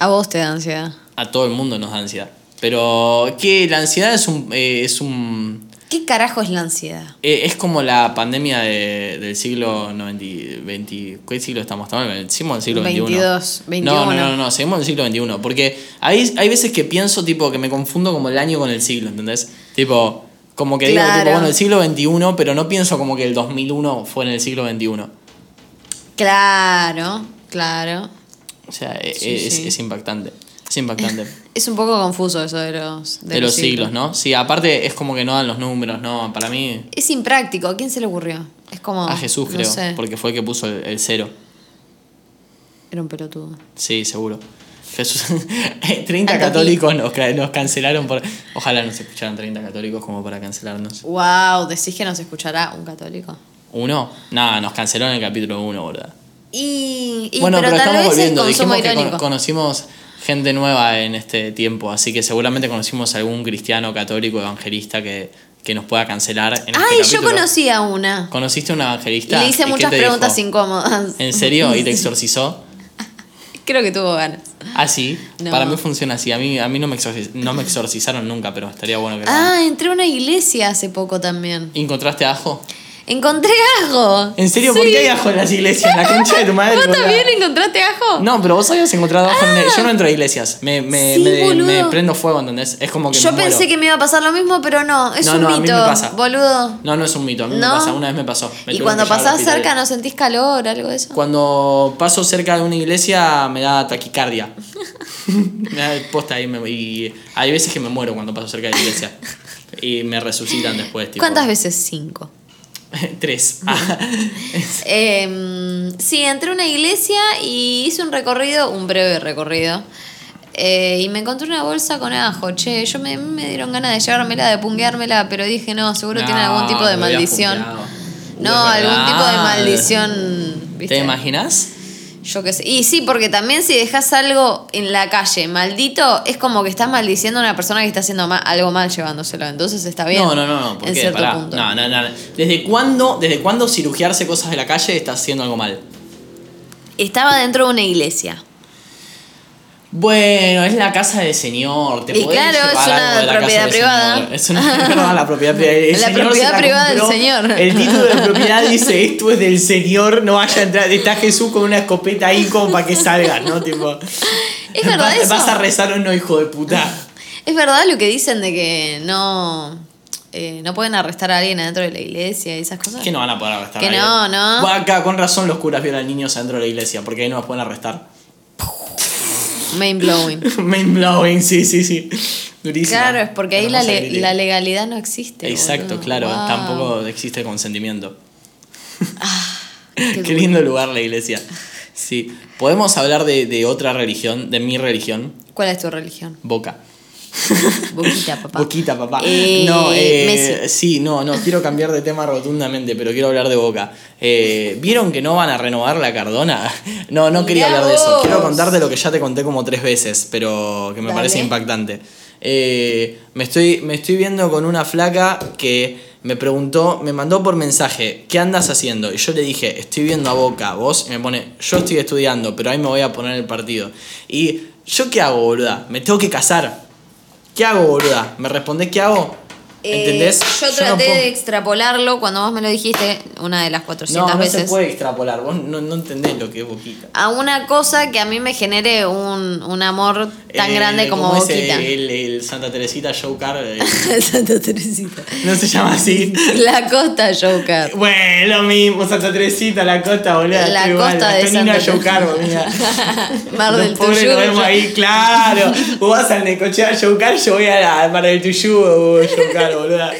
Speaker 2: A vos te da ansiedad.
Speaker 1: A todo el mundo nos da ansiedad. Pero que la ansiedad es un... eh, es un
Speaker 2: ¿Qué carajo es la ansiedad?
Speaker 1: eh, es como la pandemia de- del siglo 90, 20, ¿Qué siglo estamos? Estamos en el, seguimos en el siglo
Speaker 2: 22,
Speaker 1: 21. No, no,
Speaker 2: 21.
Speaker 1: no, no, seguimos en el siglo 21. Porque hay, hay veces que pienso, tipo, que me confundo como el año con el siglo, ¿entendés? Tipo, como que digo, tipo,
Speaker 2: Claro.
Speaker 1: bueno, el siglo 21, pero no pienso como que el 2001 fue en el siglo 21.
Speaker 2: Claro, claro.
Speaker 1: O sea, e-
Speaker 2: Sí,
Speaker 1: es,
Speaker 2: sí.
Speaker 1: es impactante. Es impactante.
Speaker 2: Es un poco confuso eso de los,
Speaker 1: De los siglos, ¿no? Sí, aparte es como que no dan los números, ¿no? Para mí,
Speaker 2: Es impráctico, ¿a quién se le ocurrió? Es como.
Speaker 1: a Jesús
Speaker 2: no
Speaker 1: creo,
Speaker 2: sé,
Speaker 1: porque fue el que puso el- el cero.
Speaker 2: Era un pelotudo.
Speaker 1: Sí, seguro. Jesús. [laughs] 30
Speaker 2: Tanto
Speaker 1: católicos nos, ca- nos cancelaron por. Ojalá nos escucharan 30 católicos como para cancelarnos.
Speaker 2: Wow, decís que nos escuchará un católico.
Speaker 1: ¿Uno? Nada, nos cancelaron en el capítulo 1, ¿verdad?
Speaker 2: Y, y-
Speaker 1: bueno, pero,
Speaker 2: tal
Speaker 1: estamos
Speaker 2: vez el
Speaker 1: volviendo.
Speaker 2: consumo
Speaker 1: Dijimos que
Speaker 2: irónico.
Speaker 1: cono- conocimos gente nueva en este tiempo, así que seguramente conocimos algún cristiano católico evangelista que, que nos pueda cancelar en
Speaker 2: Ay,
Speaker 1: este
Speaker 2: yo
Speaker 1: capítulo.
Speaker 2: conocí a una.
Speaker 1: ¿Conociste a un evangelista?
Speaker 2: Le hice
Speaker 1: ¿Y qué
Speaker 2: muchas
Speaker 1: te
Speaker 2: preguntas
Speaker 1: dijo? [laughs]
Speaker 2: incómodas.
Speaker 1: ¿En serio? ¿Y
Speaker 2: [laughs]
Speaker 1: te exorcizó?
Speaker 2: Creo que tuvo ganas.
Speaker 1: Ah, sí.
Speaker 2: No.
Speaker 1: Para mí funciona así. A mí, a mí no, me exorci- no me exorcizaron nunca, pero estaría bueno que lo hagan.
Speaker 2: Ah, entré a una iglesia hace poco también.
Speaker 1: ¿Y ¿Encontraste ajo?
Speaker 2: Encontré ajo.
Speaker 1: ¿En serio? ¿Por
Speaker 2: Sí.
Speaker 1: qué hay ajo en las iglesias? En la concha de tu madre.
Speaker 2: ¿Vos
Speaker 1: boluda.
Speaker 2: también encontraste ajo?
Speaker 1: No, pero vos habías encontrado ajo en Yo no entro a iglesias. Me, me,
Speaker 2: Sí,
Speaker 1: me-
Speaker 2: boludo.
Speaker 1: me prendo fuego, ¿entendés? Es como que.
Speaker 2: Yo
Speaker 1: me
Speaker 2: pensé
Speaker 1: muero.
Speaker 2: que me iba a pasar lo mismo, pero no. Es
Speaker 1: No,
Speaker 2: un
Speaker 1: no, a mí
Speaker 2: mito,
Speaker 1: me pasa.
Speaker 2: boludo.
Speaker 1: No, no es un mito. A mí
Speaker 2: No.
Speaker 1: me pasa. Una vez me pasó. Me
Speaker 2: y
Speaker 1: tuvieron
Speaker 2: cuando
Speaker 1: que llevar al
Speaker 2: pasás
Speaker 1: hospital.
Speaker 2: cerca, ¿no sentís calor, algo de eso?
Speaker 1: Cuando paso cerca de una iglesia me da taquicardia. [laughs] me da posta y, me- y hay veces que me muero cuando paso cerca de la iglesia. y me resucitan después. Tipo.
Speaker 2: ¿Cuántas veces? Cinco.
Speaker 1: [laughs] Tres. Ah.
Speaker 2: Eh, sí, entré a una iglesia y hice un recorrido, un breve recorrido. Eh, y me encontré una bolsa con ajo. Che, yo me, me dieron ganas de llevármela, de pungueármela, pero dije, no, seguro tiene algún tipo de
Speaker 1: No, lo habías
Speaker 2: maldición.
Speaker 1: punteado.
Speaker 2: No,
Speaker 1: Uh, es
Speaker 2: algún tipo de
Speaker 1: verdad.
Speaker 2: maldición. ¿viste?
Speaker 1: ¿Te imaginas?
Speaker 2: Yo qué sé. Y sí, porque también si dejas algo en la calle maldito, es como que estás maldiciendo a una persona que está haciendo ma- algo mal llevándoselo. Entonces está bien.
Speaker 1: No, no, no, no. ¿por
Speaker 2: en
Speaker 1: qué?
Speaker 2: cierto
Speaker 1: Pará.
Speaker 2: punto.
Speaker 1: No, no, no. no. ¿Desde cuándo, ¿Desde cuándo cirugiarse cosas de la calle está haciendo algo mal?
Speaker 2: Estaba dentro de una iglesia.
Speaker 1: Bueno, es la casa del señor. Te
Speaker 2: Y
Speaker 1: podés
Speaker 2: claro, es
Speaker 1: llevar
Speaker 2: una
Speaker 1: algo de la casa
Speaker 2: propiedad
Speaker 1: del
Speaker 2: privada.
Speaker 1: señor. Es una [laughs] es verdad, la propiedad privada. El
Speaker 2: La
Speaker 1: señor se
Speaker 2: propiedad privada del
Speaker 1: compró.
Speaker 2: señor.
Speaker 1: El título de propiedad dice: Esto es del señor, no vaya a entrar. Está Jesús con una escopeta ahí como para que salgas, ¿no? Tipo, [laughs]
Speaker 2: Es verdad
Speaker 1: vas,
Speaker 2: eso.
Speaker 1: vas a rezar o no, hijo de puta.
Speaker 2: Es verdad lo que dicen de que no, eh, no pueden arrestar a alguien adentro de la iglesia y esas cosas.
Speaker 1: Que no van a poder arrestar.
Speaker 2: Que
Speaker 1: a nadie.
Speaker 2: no, no.
Speaker 1: Bueno, acá, con razón los curas violan niños adentro de la iglesia, porque ahí no los pueden arrestar. [laughs]
Speaker 2: Main blowing.
Speaker 1: Main blowing, sí, sí, sí. Durísimo.
Speaker 2: Claro, es porque ahí la, le- la legalidad no existe.
Speaker 1: Exacto,
Speaker 2: boludo.
Speaker 1: claro.
Speaker 2: Wow.
Speaker 1: Tampoco existe consentimiento. [laughs]
Speaker 2: Qué
Speaker 1: Qué, lindo lugar la iglesia. Sí. Podemos hablar de, de otra religión, de mi religión, [laughs]
Speaker 2: ¿Cuál es tu religión?
Speaker 1: Boca.
Speaker 2: Boquita, papá.
Speaker 1: Boquita, papá.
Speaker 2: Eh,
Speaker 1: no, eh,
Speaker 2: Messi.
Speaker 1: sí, no, no, quiero cambiar de tema rotundamente, pero quiero hablar de Boca. Eh, ¿Vieron que no van a renovar la Cardona? [laughs] No, no quería
Speaker 2: Mirá
Speaker 1: hablar de eso.
Speaker 2: vos.
Speaker 1: Quiero contarte lo que ya te conté como tres veces, pero que me
Speaker 2: Dale.
Speaker 1: parece impactante. Eh, me, estoy, me estoy viendo con una flaca que me preguntó, me mandó por mensaje, ¿qué andas haciendo? Y yo le dije, estoy viendo a Boca, vos, y me pone, yo estoy estudiando, pero ahí me voy a poner el partido. Y yo qué hago, boluda, me tengo que casar. ¿Qué hago, boluda? Me responde, ¿qué hago?
Speaker 2: Eh,
Speaker 1: ¿Entendés?
Speaker 2: yo
Speaker 1: no
Speaker 2: traté
Speaker 1: puedo-
Speaker 2: de extrapolarlo cuando vos me lo dijiste una de las 400
Speaker 1: No, no
Speaker 2: veces.
Speaker 1: se puede extrapolar, vos no, no entendés lo que es boquita.
Speaker 2: A una cosa que a mí me genere un, un amor tan
Speaker 1: Eh,
Speaker 2: grande como
Speaker 1: ¿cómo es
Speaker 2: Boquita.
Speaker 1: el, el Santa Teresita Showcar, eh,
Speaker 2: [laughs] Santa Teresita.
Speaker 1: no se llama así.
Speaker 2: La costa Joker.
Speaker 1: Bueno, lo mismo, Santa Teresita, la costa, boluda.
Speaker 2: La
Speaker 1: estoy igual,
Speaker 2: costa de
Speaker 1: estoy en
Speaker 2: Santa
Speaker 1: ir a Showcar,
Speaker 2: Teresita.
Speaker 1: boluda.
Speaker 2: [laughs] Mar del
Speaker 1: Los pobres
Speaker 2: Tuyú.
Speaker 1: nos vemos ahí, claro. Vos vas al Necochea a Showcar, yo voy a la- al Mar del Tuyú, Showcar, boluda.